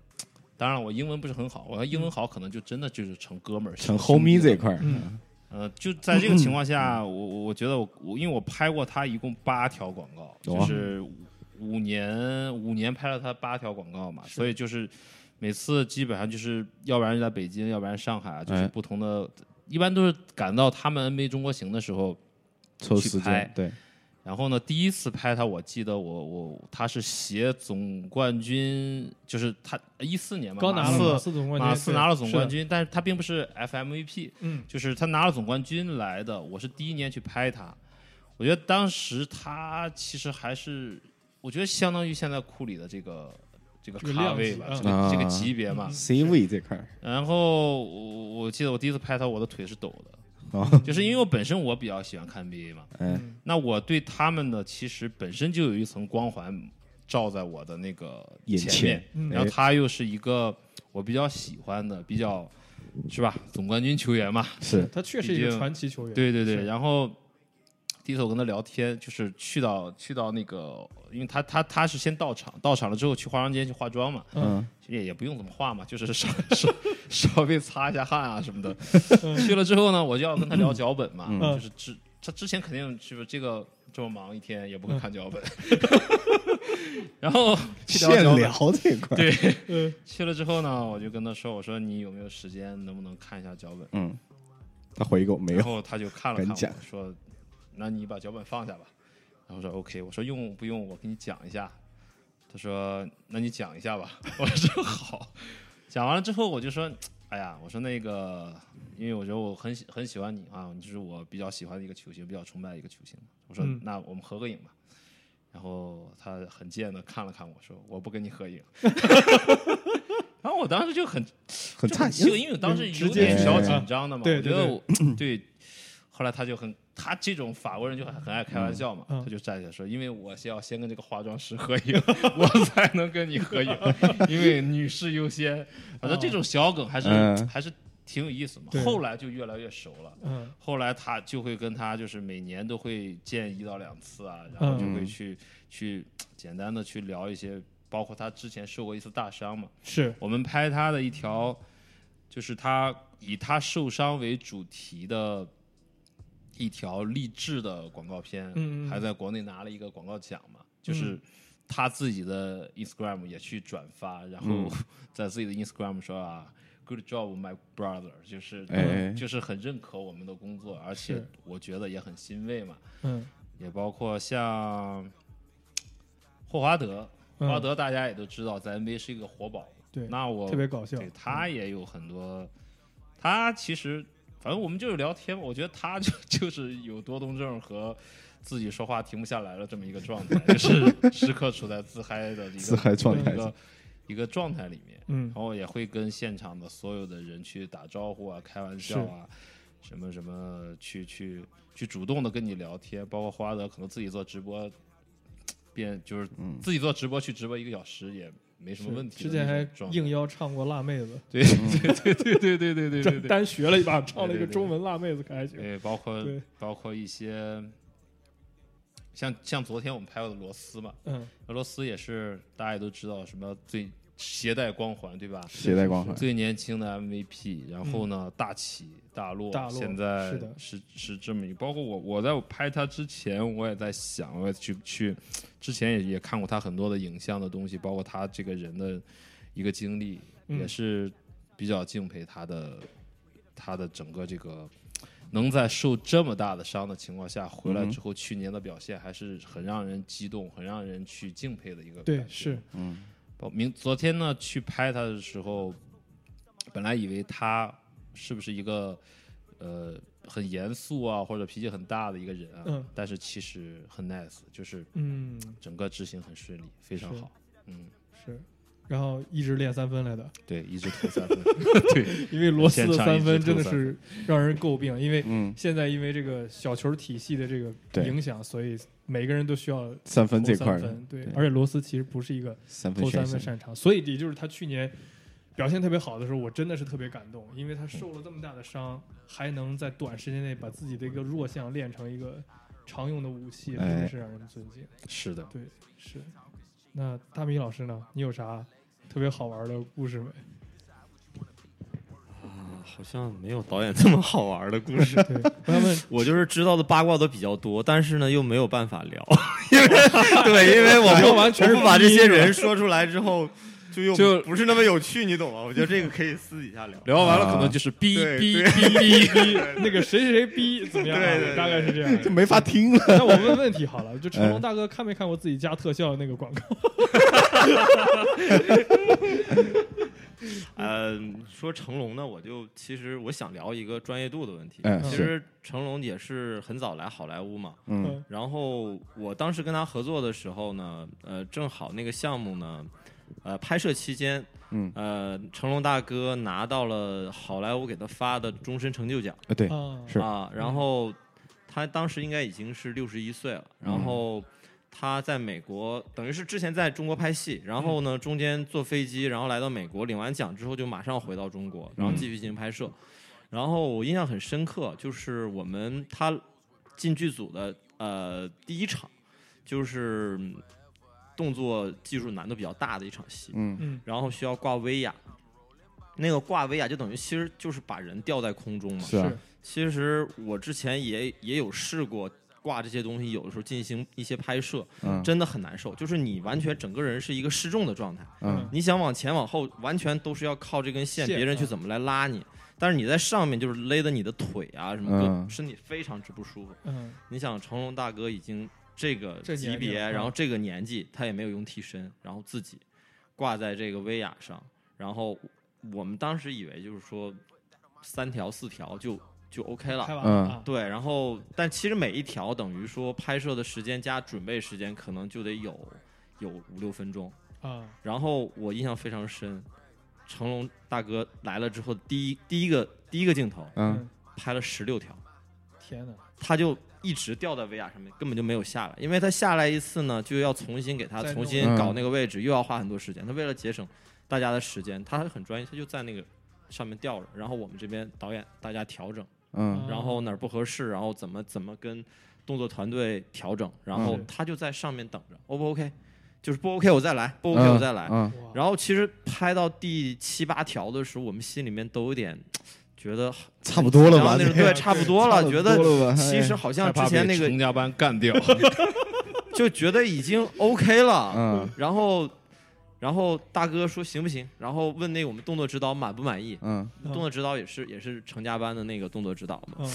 当然我英文不是很好，我要英文好，可能就真的就是成哥们儿，
成
兄弟
homie
了
这一块儿，
嗯
呃，就在这个情况下，我我我觉得我我因为我拍过他一共八条广告，
哇
就是五年五年拍了他八条广告嘛，所以就是每次基本上就是要不然就在北京，要不然上海啊，就是
哎
不同的，一般都是赶到他们 NBA 中国行的时候。
抽
去
时
拍
间，对，
然后呢，第一次拍他，我记得我我他是携总冠军，就是他一四年嘛，
刚拿了
马
马
刺
刺总冠军，
马刺
对
拿了总冠，
是的
军，但是他并不是 FMVP，
嗯，
就是他拿了总冠军来的，我是第一年去拍他，我觉得当时他其实还是，我觉得相当于现在库里的这个这个
这个
咖
量级
位吧，
嗯
这个、这个
啊
级别嘛。
C 位这块儿
然后我我记得我第一次拍他，我的腿是抖的，
啊，
<laughs> 就是因为我本身我比较喜欢看 NBA 嘛，
哎，
那我对他们呢其实本身就有一层光环照在我的那个
眼
前面，
嗯
然后他又是一个我比较喜欢的，比较是吧总冠军球员嘛，
是
他确实一
毕
个
竟
传奇球员，
对对
是
对，然后第一次我跟他聊天，就是去到去到那个，因为他他他是先到场，到场了之后去化妆间去化妆嘛，
嗯，
也也不用怎么化嘛，就是稍 <laughs> 稍稍微擦一下汗啊什么的。去了之后呢，我就要跟他聊脚本嘛，
嗯
就是之他之前肯定就是这个这么忙一天也不会看脚本， <laughs> 然后去聊脚
现
本
聊这块儿，
对
嗯，
去了之后呢，我就跟他说，我说你有没有时间，能不能看一下脚本？
嗯，他回一个没
然
有，
<laughs> 后他就看了看
敢讲
我说：“那你把脚本放下吧。”然后说：“OK。”我说：“用不用？我给你讲一下。”他说：“那你讲一下吧。” <laughs> 我说：“好。”讲完了之后，我就说：“哎呀，我说那个，因为我觉得我很喜很喜欢你啊，你就是我比较喜欢的一个球星，比较崇拜的一个球星。”我说：“
嗯
那我们合个影吧。”然后他很贱的看了看我说：“我不跟你合影。” <laughs> 然后我当时就很
很
就
差
气愤，因为我当时
嗯直
有
接
点
去
小
了
紧张的嘛，
对
我觉
对嗯
得我 <clears throat> 对。后来他就很，他这种法国人就很很爱开玩笑嘛，
嗯
他就站起来说：“因为我先要先跟这个化妆师合影， <laughs> 我才能跟你
<laughs>
合影，因为女士优先。”反正这种小梗还是、
嗯
还是挺有意思嘛
对。
后来就越来越熟了。
嗯
后来他就会跟他就是每年都会见一到两次啊，然后就
嗯
会去、去简单的去聊一些，包括他之前受过一次大伤嘛，
是，
我们拍他的一条，就是他以他受伤为主题的一条励志的广告片，
嗯嗯嗯嗯
还在国内拿了一个广告奖嘛，就是。他自己的 Instagram 也去转发，然后在自己的 Instagram 说啊、g o o d job, my brother”，就是、
哎
就是很认可我们的工作，而且
是
我觉得也很欣慰嘛。
嗯
也包括像霍华德，霍华
嗯
德大家也都知道，在 NBA 是一个活宝。
对
那我
特别搞笑嗯
对，他也有很多，他其实反正我们就是聊天，我觉得他就 <laughs> 就是有多动症和自己说话停不下来了这么一个状态，就是时刻处在自嗨的一
<laughs>
个
自嗨状态
一个一个状态里面。
嗯
然，后也会跟现场的所有的人去打招呼啊、开玩笑啊，什么什么，去去去主动的跟你聊天，包括花德可能自己做直播，变就是自己做直播去直播一个小时也没什么问题
之
的
前
那
还
种状
<laughs>
态。
应邀唱过辣妹子，
对对对对对对对哎对对，
单学了一把，唱了一个
对对对
中文辣妹子，可还行。
对包括
对
包括一些像像昨天我们拍过的罗斯嘛，
嗯，
俄罗斯也是大家也都知道什么最携带光环对吧？
携带光环，
最年轻的 MVP，然后呢，大起大落，
嗯大落
现在
是的
是是这么一个。包括我，我在我拍他之前，我也在想，我也去去，之前也也看过他很多的影像的东西，包括他这个人的一个经历，
嗯
也是比较敬佩他的他的整个这个。能在受这么大的伤的情况下回
嗯
来之后，去年的表现还是很让人激动、很让人去敬佩的一个
对
感，觉
是，
包哦明昨天呢去拍他的时候，本来以为他是不是一个呃很严肃啊或者脾气很大的一个人啊，
嗯
但是其实很 nice，就是
嗯，
整个执行很顺利，非常
是
好。嗯，
是。然后一直练三分来的，
对，一直投三
<laughs>
分，对，
因为罗斯的
现场
三
一直
分真的
投三
是让人诟病，因为
嗯，
现在因为这个小球体系的这个
对
影响，所以每个人都需要
三分这
投
块儿
三分。对
对，
而且罗斯其实不是一个
三分
投三
选
分
手，
擅长，所以也就是他去年表现特别好的时候，我真的是特别感动，因为他受了这么大的伤，还能在短时间内把自己的一个弱项练成一个常用的武器，真的
哎
是让人尊敬。
是的。
对，是。那大米老师呢？你有啥特别好玩的故事没？
好像没有导演这么好玩的故事。
对，我想问，
<laughs> 我就是知道的八卦都比较多，但是呢又没有办法聊，因为 <laughs> 对，因为我们完全不把这些人说出来之后， <laughs> 就又
就
不是那么有趣，你懂吗？我觉得这个可以私底下 <laughs> 聊。
聊完了，
啊
可能就是哔
对
哔
对
哔哔哔。
那个谁谁谁逼怎么样、啊？
对对对
大概是这样的。
没法听了。
那我问问题好了，就成龙
哎
大哥看没看过自己加特效的那个广告？
嗯，说成龙呢，我就其实我想聊一个专业度的问题。
嗯
其
是
实成龙也是很早来好莱坞嘛，
嗯
嗯
然后我当时跟他合作的时候呢，呃，正好那个项目呢，呃，拍摄期间，
嗯，
呃，成龙大哥拿到了好莱坞给他发的终身成就奖
呃，对，
啊，
是
啊，然后他当时应该已经是六十一岁了，然后他在美国，等于是之前在中国拍戏，然后呢中间坐飞机，然后来到美国，领完奖之后就马上回到中国，然后继续进行拍摄。然后我印象很深刻，就是我们他进剧组的呃第一场，就是嗯动作技术难度比较大的一场戏，
嗯
嗯
然后需要挂威亚。那个挂威亚就等于其实就是把人吊在空中嘛，
是啊，
其实我之前也也有试过挂这些东西，有的时候进行一些拍摄，
嗯
真的很难受，就是你完全整个人是一个失重的状态，
嗯，
你想往前往后，完全都是要靠这根线，
线
别人去
嗯
怎么来拉你。但是你在上面就是勒的你的腿啊什么，
嗯
就身体非常之不舒服。
嗯，
你想成龙大哥已经这个
这
级
年龄
别，
了
然后
嗯
这个年纪，他也没有用替身，然后自己挂在这个威亚上，然后我们当时以为就是说三条四条就就 OK 了
开，完
嗯
了啊，
对，然后但其实每一条等于说拍摄的时间加准备时间，可能就得有有五六分钟。
啊，
然后我印象非常深，成龙大哥来了之后，第一第一个第一个镜头
嗯，
拍了十六条，
天哪，
他就一直吊在威亚上面，根本就没有下来，因为他下来一次呢，就要重新给他
再弄
重新
嗯
搞那个位置，又要花很多时间。他为了节省大家的时间，他很专业，他就在那个上面吊着，然后我们这边导演大家调整。
嗯，
然后哪儿不合适，然后怎么怎么跟动作团队调整，然后
嗯
他就在上面等着，O 不 OK？就是不 OK 我再来，不
嗯
OK 我再来。
嗯，
哇
然后其实拍到第七八条的时候，我们心里面都有点觉得
差不多了吧？
然后那种
这
对，差不多了，
<laughs>
觉
差不
得
多了吧哎
其实好像之前那个
成家班干掉， <laughs>
就觉得已经 OK 了，
嗯
然后
然后大哥说行不行？然后问那个我们动作指导满不满意？
嗯
动作指导也是也是成家班的那个动作指导嘛，
嗯，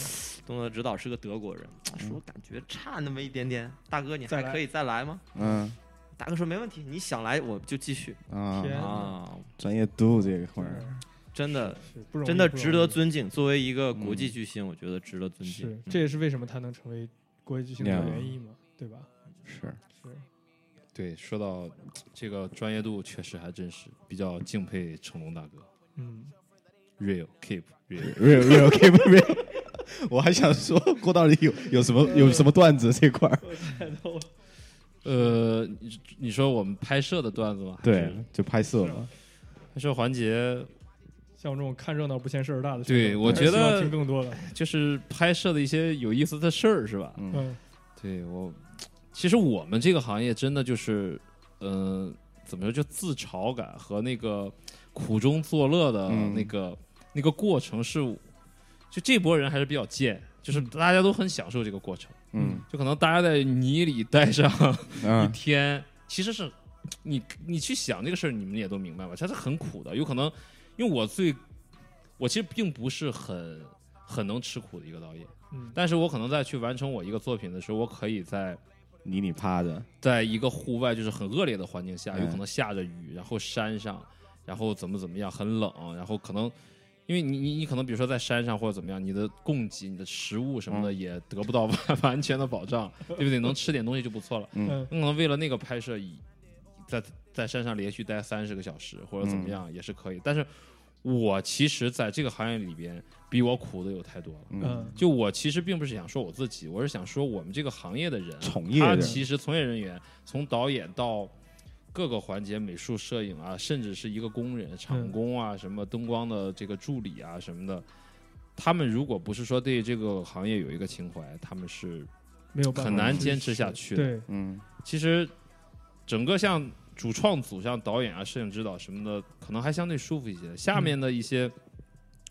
动作指导是个德国人，
嗯
说感觉差那么一点点，大哥你
再
还
来
可以再来吗？
嗯
大哥说没问题，你想来我就继续
啊，
天
啊，
专业度这一块儿，
真的
是不容易，
真的
不容
值得
易。
尊敬，作为一个国
嗯
际巨星，我觉得值得尊
是
敬，。嗯
这也是为什么他能成为国际巨星的
Yeah
原因嘛，对吧？
是
是，
对，说到这个专业度，确实还真是比较敬佩成龙大哥
嗯，
，real keep real。
real real keep real。我还想说郭导里有有什么有什么段子这块儿，
呃，你你说我们拍摄的段子吗？还
对
是，
就拍摄嘛，
拍摄环节，
像我这种看热闹不嫌事儿大的选手，
对我
还是
觉
希望
得
听更多的。
就是拍摄的一些有意思的事儿，是吧？
嗯
对我，其实我们这个行业真的就是，嗯、怎么说，就自嘲感和那个苦中作乐的
嗯
那个、那个过程是，就这波人还是比较贱，就是
嗯
大家都很享受这个过程，
嗯
就可能大家在泥里待上一
嗯
天，其实是你你去想这个事儿，你们也都明白吧？它是很苦的，有可能，因为我最，我其实并不是很很能吃苦的一个导演。
嗯，
但是我可能在去完成我一个作品的时候，我可以在
你你趴着，
在一个户外就是很恶劣的环境下，
嗯
有可能下着雨，然后山上，然后怎么怎么样，很冷，然后可能。因为你你你可能比如说在山上或者怎么样，你的供给、你的食物什么的也得不到 <laughs> 完完全的保障，对不对？能吃点东西就不错了。
嗯
嗯
你可能为了那个拍摄，以在在山上连续待三十个小时或者
嗯
怎么样也是可以。但是我其实在这个行业里边，比我苦的有太多了。
嗯
就我其实并不是想说我自己，我是想说我们这个行业的人，
从业
他
人
其实从业人员从导演到各个环节，美术、摄影啊，甚至是一个工人、
嗯
场工啊，什么灯光的这个助理啊什么的，他们如果不是说对这个行业有一个情怀，他们是
没有办法
很难
去
坚持下去的。
对，
嗯
其实整个像主创组，像导演啊、摄影指导什么的，可能还相对舒服一些。
嗯
下面的一些，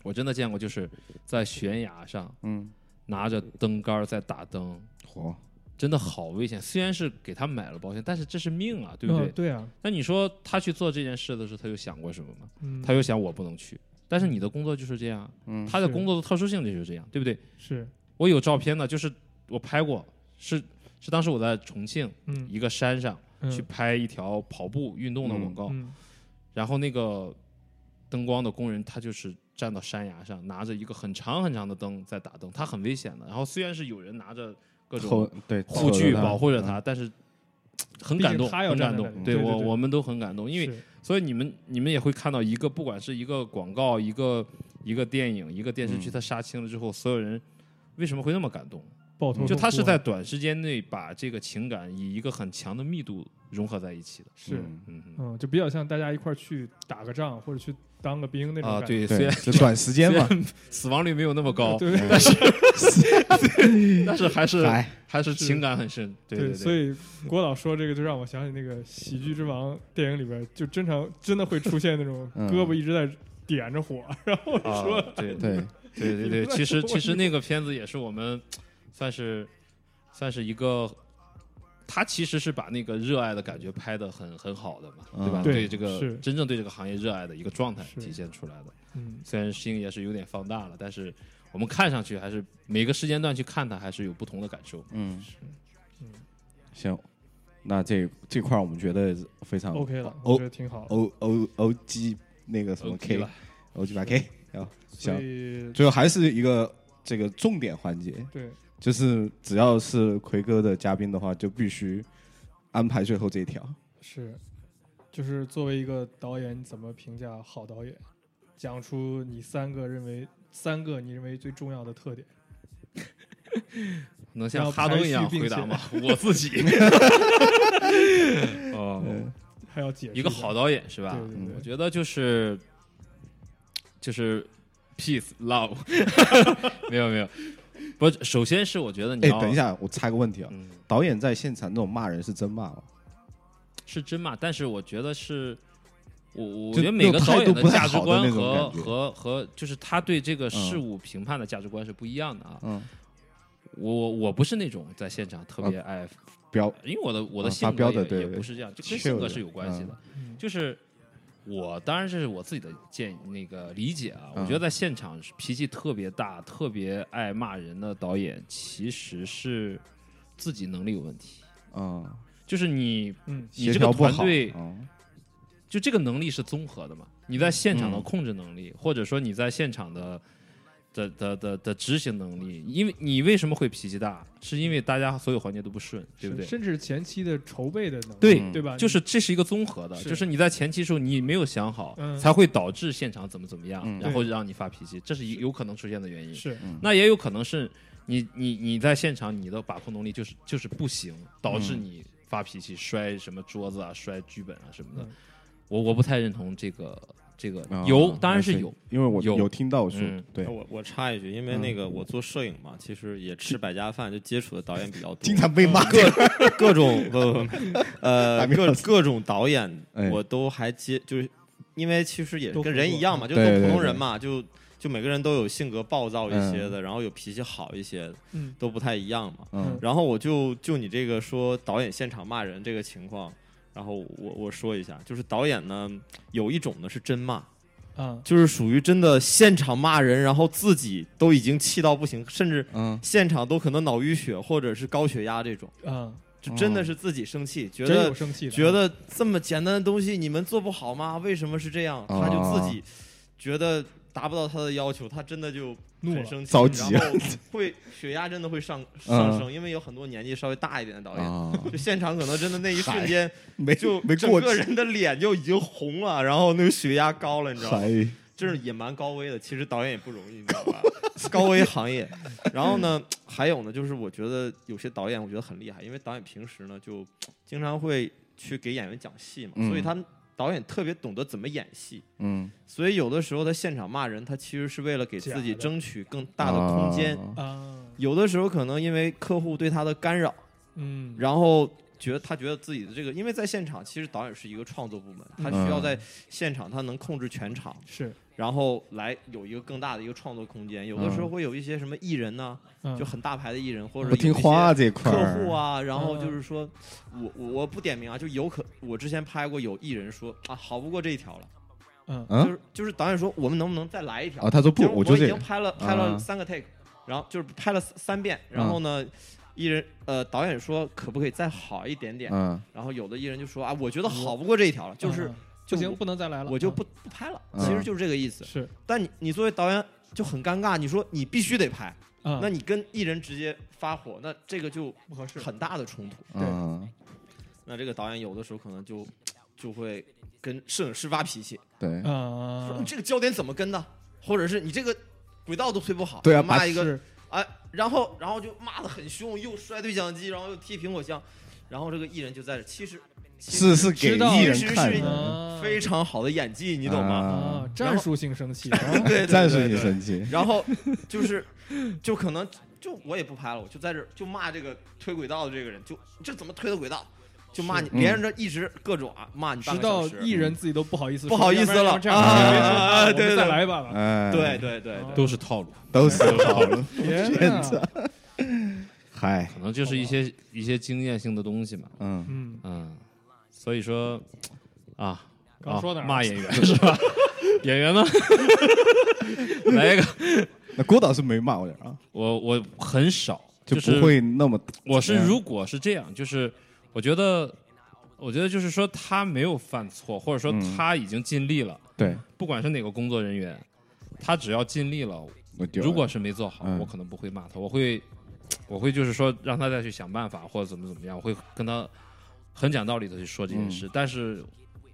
我真的见过，就是在悬崖上。
嗯，
拿着灯杆儿在打灯，
火，
真的好危险。虽然是给他买了保险，但是这是命啊，对不对？
嗯对啊，
那你说他去做这件事的时候，他有想过什么吗？
嗯，
他有想我不能去，但是你的工作就是这样，
嗯
他的
是
工作的特殊性就是这样，对不对？
是
我有照片呢，就是我拍过，是是当时我在重庆
嗯
一个山上
嗯
去拍一条跑步运动的广告，
嗯
然后那个灯光的工人他就是站到山崖上，拿着一个很长很长的灯在打灯，他很危险的。然后虽然是有人拿着各
后
种
对
护具
后头的
保护着他，嗯但是很感
毕
动，
竟他要
很
站在
感
那
动
里。
对
对对
我
对
我们都很感动，因为
是
所以你们你们也会看到一个，不管是一个广告、一个一个电影、一个电视剧，
嗯
它杀青了之后，所有人为什么会那么感动？
抱头
就
痛
他
哭
是
啊
在短时间内把这个情感以一个很强的密度融合在一起的。
是
嗯
嗯哼
嗯，就比较像大家一块儿去打个仗或者去当个兵那种
啊，
感觉
对，虽
对，
然
就短时间嘛，
<laughs> 死亡率没有那么高，
<laughs>
嗯
对对
但是
但是还是
哎，
还是
是
情感很深。对对，
所以郭导说这个就让我想起那个《喜剧之王》电影里边，就经常真的会出现那种
嗯
胳膊一直在点着火，然后
啊
说，
对
<laughs>
对，
对对对，其实其实那个片子也是我们算是算是一个，他其实是把那个热爱的感觉拍的很很好的嘛，对吧？
嗯
对
这个
是
真正对这个行业热爱的一个状态
是
体现出来的。
嗯，
虽然星爷是有点放大了，但是我们看上去还是每个时间段去看它，还是有不同的感受。
嗯
嗯
行，那这这块儿我们觉得非
啊
常
OK
哦
了，
O
我觉得挺好。
O O O G 那个什么
OK
K
了，
O G 八 K，然后
所
行，
以
最后还是一个这个重点环节，
对，
就是只要是奎哥的嘉宾的话，就必须安排最后这一条。
是，就是作为一个导演，你怎么评价好导演？讲出你三个认为三个你认为最重要的特点。
能
然后
像哈登一样
排序并
回
且 <laughs>
答吗？我自己。哦，
嗯
嗯
还要解释
一个好导演是吧？
对对对
我觉得就是就是 peace love，没有没有，不，首先是我觉得你
哎
要，
等一，下，我插个问题啊，
嗯，
导演在现场那种骂人是真骂吗？
是真嘛？但是我觉得是。我我
就
觉得每个导
那
演
种态度不太
价值
好的
观
那种
和
感觉嗯
和和就是他对这个事物评判的价值观是不一样的啊。
嗯
我我不是那种在现场特别爱，
标
因为我的我
啊
的性
发
格
飙
也
的对
也
对
不是这样，就跟
chill
性格
的
是有关系的
嗯。
就是我当然这是我自己的建那个理解啊，我
嗯
觉得在现场脾气特别大、特别爱骂人的导演，其实是自己能力有问题。
嗯，
就是你
嗯
你
协
这个
调不
团
好，
队
嗯
就这个能力是综合的嘛？你在现场的
嗯
控制能力，或者说你在现场的的的的的执行能力，因为你为什么会脾气大，是因为大家所有环节都不顺，对不对？
甚至前期的筹备的能力，
对
嗯
对吧？
就是这是一个综合的，
啊是
就是你在前期时候你没有想好，
嗯
才会导致现场怎么怎么样，
嗯
然后让你发脾气，这是有有可能出现的原因。
你是
那也有可能是你你你在现场你的把控能力就是就是不行，导致你发脾气摔什么桌子啊、摔剧本啊什么的。
嗯
我我不太认同这个这个、
啊
有，当然
还
哦是有，，
因为我
有
有听到说
嗯，
对，嗯
我我插一句，因为那个我做摄影嘛，其实也吃百家饭，就接触的导演比较多，
经常被骂，
各种不不不，
<laughs>
呃，
打比
各
方
各种导演
哎
我都还接，就是因为其实也
都
跟
合
人
作嗯
一样嘛，就
对
都
对
普通
对
人嘛，就就每个人都有性格暴躁一些的，然后有脾气好一些的，
嗯
都不太一样嘛。
嗯
然后我就就你这个说导演现场骂人这个情况，然后我我说一下，就是导演呢有一种呢是真骂，
啊，
就是属于真的现场骂人，然后自己都已经气到不行，甚至
嗯，
现场都可能脑淤血或者是高血压这种，
啊，
就真
嗯
的是自己生气，觉
真
得
有生
啊
气的，啊
觉得这么简单的东西你们做不好吗？为什么是这
啊
样？他就自己觉得达不到他的要求，他真的就
怒
很
了
生气，
着急嗯
然
<laughs>
后会血压真的会上上升，因为有很多年纪稍微大一点的导演， <laughs>
啊，
就现场可能真的那一瞬间
没
就
没
整
过
个
去，
人的脸就已经红了，然后那个血压高了，你知道吗？
还
就是也蛮高危的，其实导演也不容易，你知道吧？ <laughs> 高危行业。然后呢，还有呢，就是我觉得有些导演我觉得很厉害，因为导演平时呢就经常会去给演员讲戏嘛，
嗯
所以他们导演特别懂得怎么演戏。
嗯，
所以有的时候他现场骂人，他其实是为了给自己
假的
争取更大的空间。
啊
啊，
有的时候可能因为客户对他的干扰，
嗯，
然后觉得他觉得自己的这个，因为在现场其实导演是一个创作部门，他需要
嗯
在现场他能控制全场。
是，
然后来有一个更大的一个创作空间。有的时候
嗯
会有一些什么艺人呢、
嗯
就很大牌的艺人，或者
不听
有一些
话这块
客
儿
户，啊，然后
嗯
就是说，我我我不点名啊，就有可我之前拍过有艺人说啊，好不过这一条了，
嗯
嗯
就是就是导演说我们能不能再来一条？
啊，他说不
就是，
我就
已
这
经
个，
拍了拍了
啊嗯
三个 take，、然后就是拍了三三遍，然后呢，艺人呃导演说可不可以再好一点点？
嗯
然后有的艺人就说啊，我觉得好不过这一条了，就是
嗯
就
不
我
行，不能再来了，
我就
嗯
不不拍了，
嗯
其实就是这个意思。
是
但你你作为导演就很尴尬，你说你必须得拍，
嗯
啊，
那你跟艺人直接发火，那这个就
不合适，
很大的冲突。
嗯，
那这个导演有的时候可能就就会跟摄影师发脾气，
对，
说
啊
嗯
你，这个焦点怎么跟呢？或者是你这个轨道都推不好，
对啊
骂
把
一个
是
哎，然后然后就骂的很凶，又摔对讲机，然后又踢苹果箱，然后这个艺人就在这，其实
是是给
知道
艺
其实
人
是
看
一
的，
啊
非常好的演技，你懂吗？
啊
啊，
战术性生气，啊
嗯
对对对
战术
对
性生
<laughs>
气，
然后就是，就可能就我也不拍了，我就在这儿就骂这个推轨道的这个人，就这怎么推的轨道，就骂你，
嗯
连着一直各种啊骂你半
直
个
到
小时
艺人自己都不好意思说，
不好意思了
要不然这样
啊
吧没事
啊
我们
对啊对
再
对
来吧，
哎，
对，对对
啊
对，
都是套路，
都是好了，
<laughs>
天啊哪，
嗨，
可能就是一些一些经验性的东西嘛。
嗯，
嗯，
嗯，所以说啊，
刚说哪儿
啊
了
骂演员是吧？ <laughs> 演员呢？ <laughs> 来一个，
那郭导是没骂我的啊，
我我很少，
就
就是
不会那么，
我是如果是这样，就是我觉得，我觉得就是说他没有犯错，或者说
嗯
他已经尽力了，
对，
不管是哪个工作人员，他只要尽力了，
我就
如果是没做好，
嗯
我可能不会骂他，我会，我会就是说让他再去想办法或者怎么怎么样，我会跟他很讲道理的去说这件
嗯
事，但是。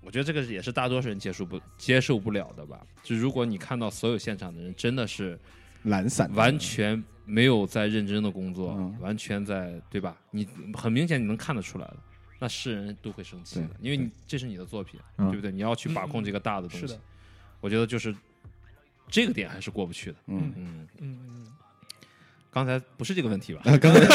我觉得这个也是大多数人接受不接受不了的吧。就如果你看到所有现场的人真的是
懒散，
完全没有在认真的工作，
嗯
完全在对吧？你很明显你能看得出来的，那世人都会生气的，因为你这是你的作品，
嗯
对不对？你要去把控这个大的东
是
西，
的，
我觉得就是这个点还是过不去的。
嗯，
嗯，
嗯嗯，
刚才不是这个问题吧？
那刚才 <laughs>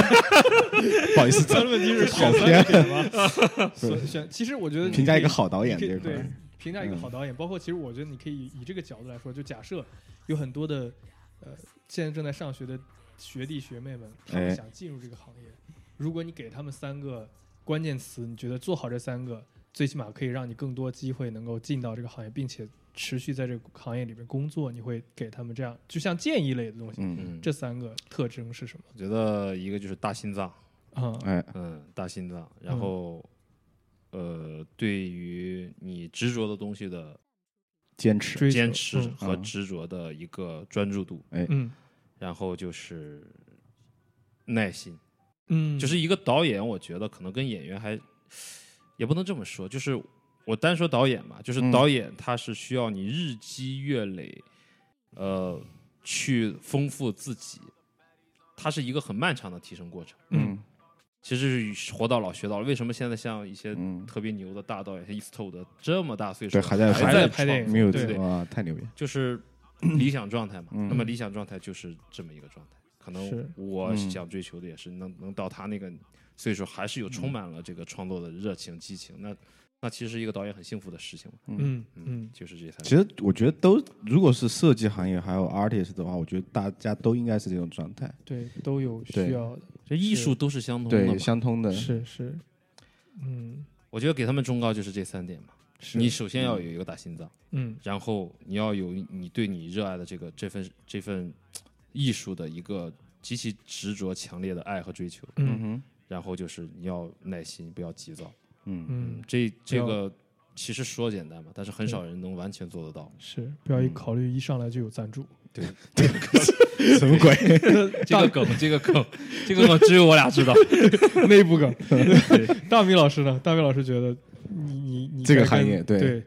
不好意思，
但是问题是
跑
选
偏
择
<laughs>
吧，选选，其实我觉得你
评价一个
可以
好导演
你可
这
以
块
对
儿，嗯
评价一个好导演，包括其实我觉得你可以以这个角度来说，就假设有很多的呃现在正在上学的学弟学妹们，他们
哎
想进入这个行业，如果你给他们三个关键词，你觉得做好这三个，最起码可以让你更多机会能够进到这个行业，并且持续在这个行业里面工作，你会给他们这样，就像建议类的东西。
嗯，
嗯，
这三个特征是什么？
我觉得一个就是大心脏，
啊、
哎，
嗯，大心脏，然后，
嗯
呃，对于你执着的东西的
坚持，
追求
坚持
嗯
和
嗯
执着的一个专注度，
嗯
然后就是耐心，
嗯，
就是一个导演，我觉得可能跟演员还也不能这么说，就是我单说导演吧，就是
嗯
导演他是需要你日积月累，呃，去丰富自己，它是一个很漫长的提升过程。
嗯
其实是活到老学到老，为什么现在像一些
嗯，
特别牛的大导演，像 Eastwood 的这么大岁数
对，还在
还
在
在
拍电
创
影
没有
嗯对
错哇，太牛逼了， <clears throat>
就是理想状态嘛。
嗯
那么理想状态就是这么一个状态。可
是
能我
嗯
想追求的也是能能到他那个岁数，还是有
嗯
充满了这个创作的热情激情。那那其实是一个导演很幸福的事情嘛。
嗯嗯
就是这三
其
个。
实我觉得都，如果是设计行业还有 artist 的话，我觉得大家都应该是这种状态，
对，都有需
对
要的，
这艺术都是相通的
对，
嘛。
相通的，
是是，嗯，
我觉得给他们忠告就是这三点嘛。
是
你首先要有一个大心脏，
嗯
然后你要有你对你热爱的这个这份这份艺术的一个极其执着、强烈的爱和追求。
嗯
嗯
哼，
然后就是你要耐心，不要急躁。
嗯，
嗯
这这
要
个其实说简单嘛，但是很少人能完全做得到。
是，不要一考虑一上来就有赞助， <laughs>
什么鬼？ <laughs>
<laughs> 这个梗，这个梗，这个梗只有我俩知道。
内部梗。大米老师呢？大米老师觉得你你你
这个
该跟
行业对
对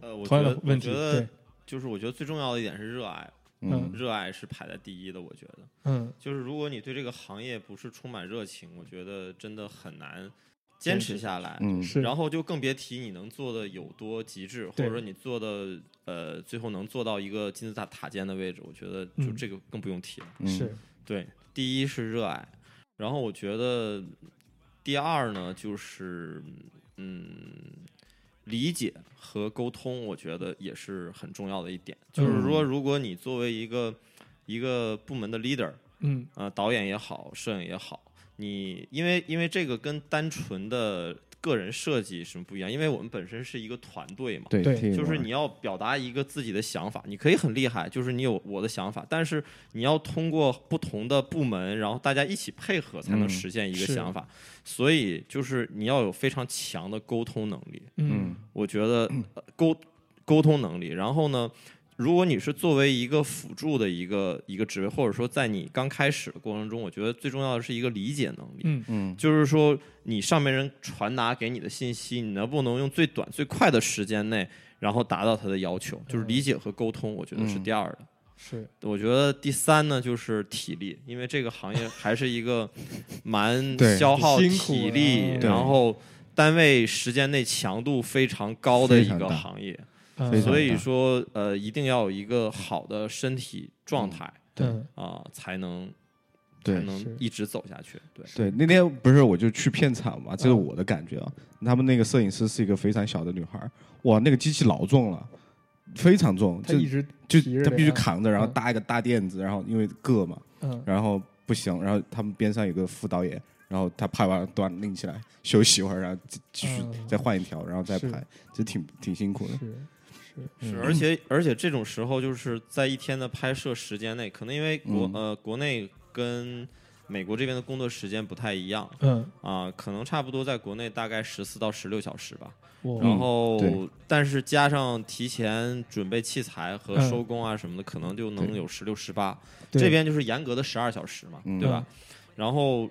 呃，
同
我觉
样
得
的问题，
我觉得
对，
就是我觉得最重要的一点是热爱，
嗯
热爱是排在第一的。我觉得，
嗯
就是如果你对这个行业不是充满热情，我觉得真的很难坚持下来。
嗯，
是，
然后就更别提你能做的有多极致，或
对
者说你做的呃，最后能做到一个金字塔塔尖的位置，我觉得就
嗯
这个更不用提了。
嗯
是，
对，第一是热爱，然后我觉得第二呢就是嗯，理解和沟通，我觉得也是很重要的一点。
嗯
就是说，如果你作为一个一个部门的 leader，
嗯
呃，导演也好，摄影也好，你因为因为这个跟单纯的个人设计什么不一样，因为我们本身是一个团队嘛。
对
对
听
就是
懂
你要表达一个自己的想法，你可以很厉害，就是你有我的想法，但是你要通过不同的部门，然后大家一起配合，才能
嗯
实现一个
是
想法。所以就是你要有非常强的沟通能力，
嗯
我觉得呃沟沟通能力。然后呢，如果你是作为一个辅助的一个一个职位，或者说在你刚开始的过程中，我觉得最重要的是一个理解能力。
嗯
嗯
就是说，你上面人传达给你的信息，你能不能用最短最快的时间内，然后达到他的要求？就是理解和沟通，我觉得是第二的。
是，
我觉得第三呢，就是体力，因为这个行业还是一个蛮
<laughs> 对
消耗
辛苦
体
啊
力，
对
然后单位时间内强度非常高的
非
一
常
个
大
行业。
嗯
非常
所以
大
说，呃，一定要有一个好的身体状态
对
嗯
啊、才能才
对
能
是
一直走下去。对，
对，那天不是我就去片场嘛，这是
嗯
我的感觉啊。他们那个摄影师是一个非常小的女孩儿，哇，那个机器老重了，非常重，
他
就
一直
就
提着
她
的
必须
呀
扛着，然后
嗯
搭一个大垫子，然后因为硌嘛，
嗯
然后不行，然后他们边上有个副导演，然后他拍完端拎起来休息一会儿，然后继继续
嗯
再换一条，然后再
是
拍，就挺挺辛苦的。
是是
嗯
是，而且而且这种时候就是在一天的拍摄时间内，可能因为国、
嗯
呃国内跟美国这边的工作时间不太一样
嗯
啊、可能差不多在国内大概十四到十六小时吧。
我
然后，
嗯对
但是加上提前准备器材和
嗯
收工啊什么的，可能就能
对
有十六十八。
对
这边就是严格的十二小时嘛，
嗯
对吧？然后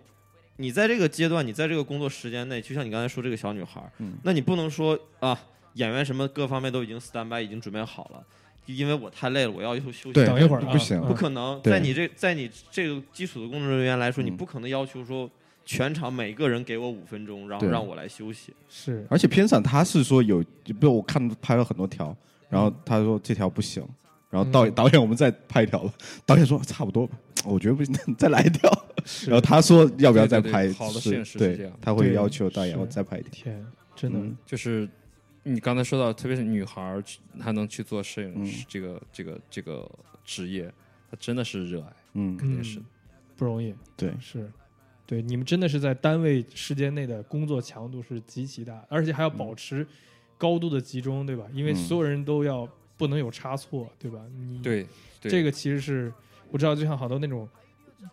你在这个阶段，你在这个工作时间内，就像你刚才说这个小女孩儿，
嗯
那你不能说啊，演员什么各方面都已经 stand by，已经准备好了，因为我太累了，我要休休息
对，
等一会儿啊
不行，
不可能。
对
在你这在你这个基础的工作人员来说，
嗯
你不可能要求说全场每个人给我五分钟，然后
对
让我来休息。
嗯是
而且片场他是说有，就比如我看拍了很多条，然后他说这条不行，然后导演、
嗯
导演我们再拍一条吧，导演说差不多吧，我觉得不行，再来一
<laughs>
条，
是
然后他说要不要再拍
对对对
一次，
好的摄影师是这
对
样，
他会
对
要求导演
是
我再拍一条，
天真的
嗯
<laughs> 就是你刚才说到，特别是女孩儿，她能去做摄影
嗯
师这个这个这个职业，她真的是热爱。
嗯，
嗯，
定是
不容易，
对，
是，对，你们真的是在单位时间内的工作强度是极其大的，而且还要保持高度的集中，对吧？因为
嗯
所有人都要不能有差错，对吧？你
对，对
这个其实是我知道，就像好多那种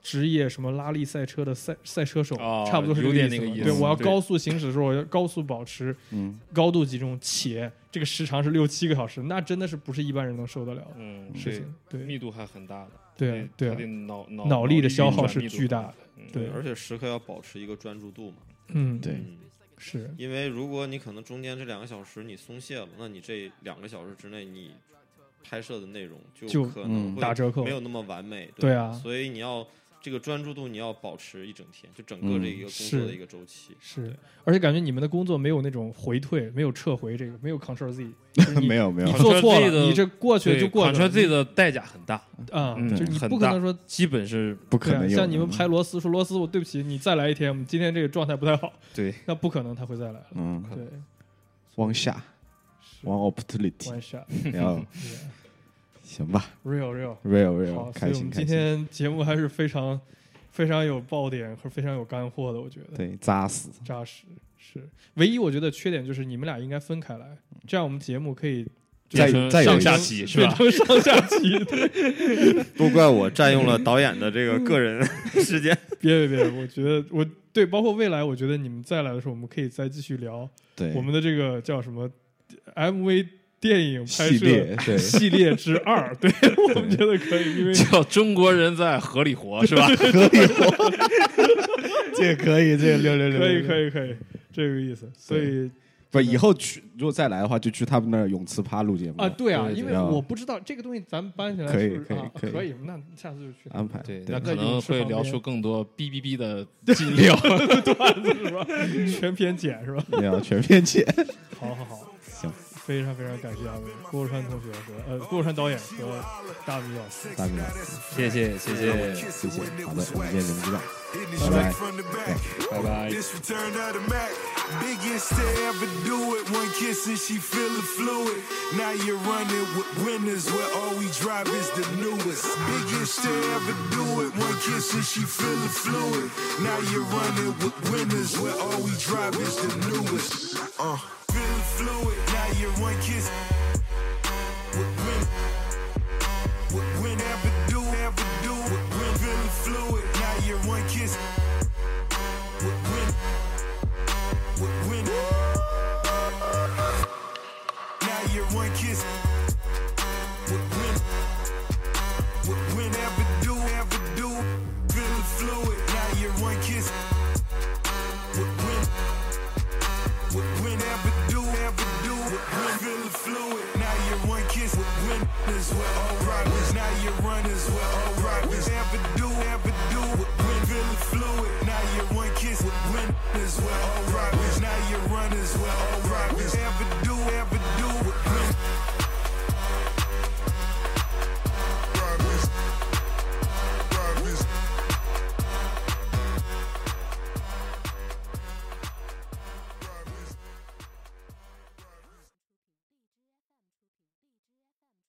职业什么拉力赛车的赛赛车手，
哦
差不多是这
有点
意思
那
嘛
个意
对，
思
我要
对
高速行驶的时候，我要高速保持
嗯
高度集中，且这个时长是六七个小时，那真的是不是一般人能受得了的
嗯，
事
对，
情。对，
密度还很大的，
对啊，对
嗯他
啊
的，脑脑
脑力的消耗
运转
是
密度
巨大的。
嗯
对
而且时刻要保持一个专注度嘛。
嗯，
对
嗯，
是，
因为如果你可能中间这两个小时你松懈了，那你这两个小时之内你拍摄的内容
就
就可能
嗯
会
打折扣
没有那么完美。
对啊
所以你要这个专注度，你要保持一整天，就整个
嗯
这一个工
是
作的一个周期。
是
对，
而且感觉你们的工作没有那种回退，没有撤回这个，没有
<laughs>
Ctrl Z，你
没有没
你
有，
做错
Ctrl Z
了，
的
你这过去
对，
就过去了，
Ctrl Z 的代价很大，
你啊，
嗯
就是你
很
不可能
大
说。
基本是
不
对
可
啊
能有嗯
像你们
的
排螺丝说螺丝，我对不起，你再来一天，我们今天这个状态不
<laughs>
太好，
对，
那不可能他会再来了。
嗯
对，
往下
是
one opportunity，
one shot，
然后行吧
real real。
<laughs> ，real
好，
real，
所以
开
我
心
们
开心，
今天节目还是非常非常有爆点和非常有干货的，我觉得
对，扎实，
扎实是唯一我觉得缺点就是你们俩应该分开来，
嗯
这样我们节目可以
再
变成
再有
上
一
下
次
级是
变
吧？
成上下级。对
都怪我占用了导演的这个个人 <laughs> 时间。
<laughs> 别别别，我觉得我对，包括未来，我觉得你们再来的时候，我们可以再继续聊
对，
我们的这个叫什么 MV 电影拍摄
系列
<laughs>
对
系列之
<laughs>
二，对我们觉得可以，因为
叫中国人在合
<laughs>
理活是吧？
可以吗， <laughs> 这个可以，这个六六六，
可以可
以，
以可以这个意思，所以
不，以后去如果再来的话，就去他们那儿泳池趴录节目
啊，对啊，
对对
因为
对
我不知道这个东西咱们搬起来
可以
是不是
可
啊
以啊
可
可
以，那下次就去
安排，
对，那
对，
可
在泳
能
池
会
旁
聊
边
出更多哔哔哔的进料。
段子是吧？ <laughs> 全篇剪是吧？
你要 <laughs> 全面见，
好好好，
行，
非常非常感谢阿伟郭若川同学和呃郭若川导演和大米老师。
大明老师，
谢谢谢谢，
谢谢，好的，我们今天节目就这样。
Hitting it
Bye-bye.
straight from the
拜
back.
拜。
This return of the Mac. Biggest to ever do it. One kiss and she feeling fluid. Now you're running with winners where all we drive is the newest. Biggest to ever do it. One kiss and she feeling fluid. Now you're running with winners where all we drive is the newest. Uh. Feeling fluid. Now you're one kiss with win. With win ever do, ever do. With win feeling fluid. Now you're one kiss with win, with win. Now you're one kiss, with win, with win. Ever do, ever do, feeling fluid. Now you're one kiss, with win, with win. Ever do, ever do, with win, feeling fluid. Now you're one kiss, with win. Is where all right is. Now you're runners where all right is. Ever do, ever do, with win, feeling fluid. Now you're one kiss, with win. Is where all right is. Now you're runners where all right is. Ever do.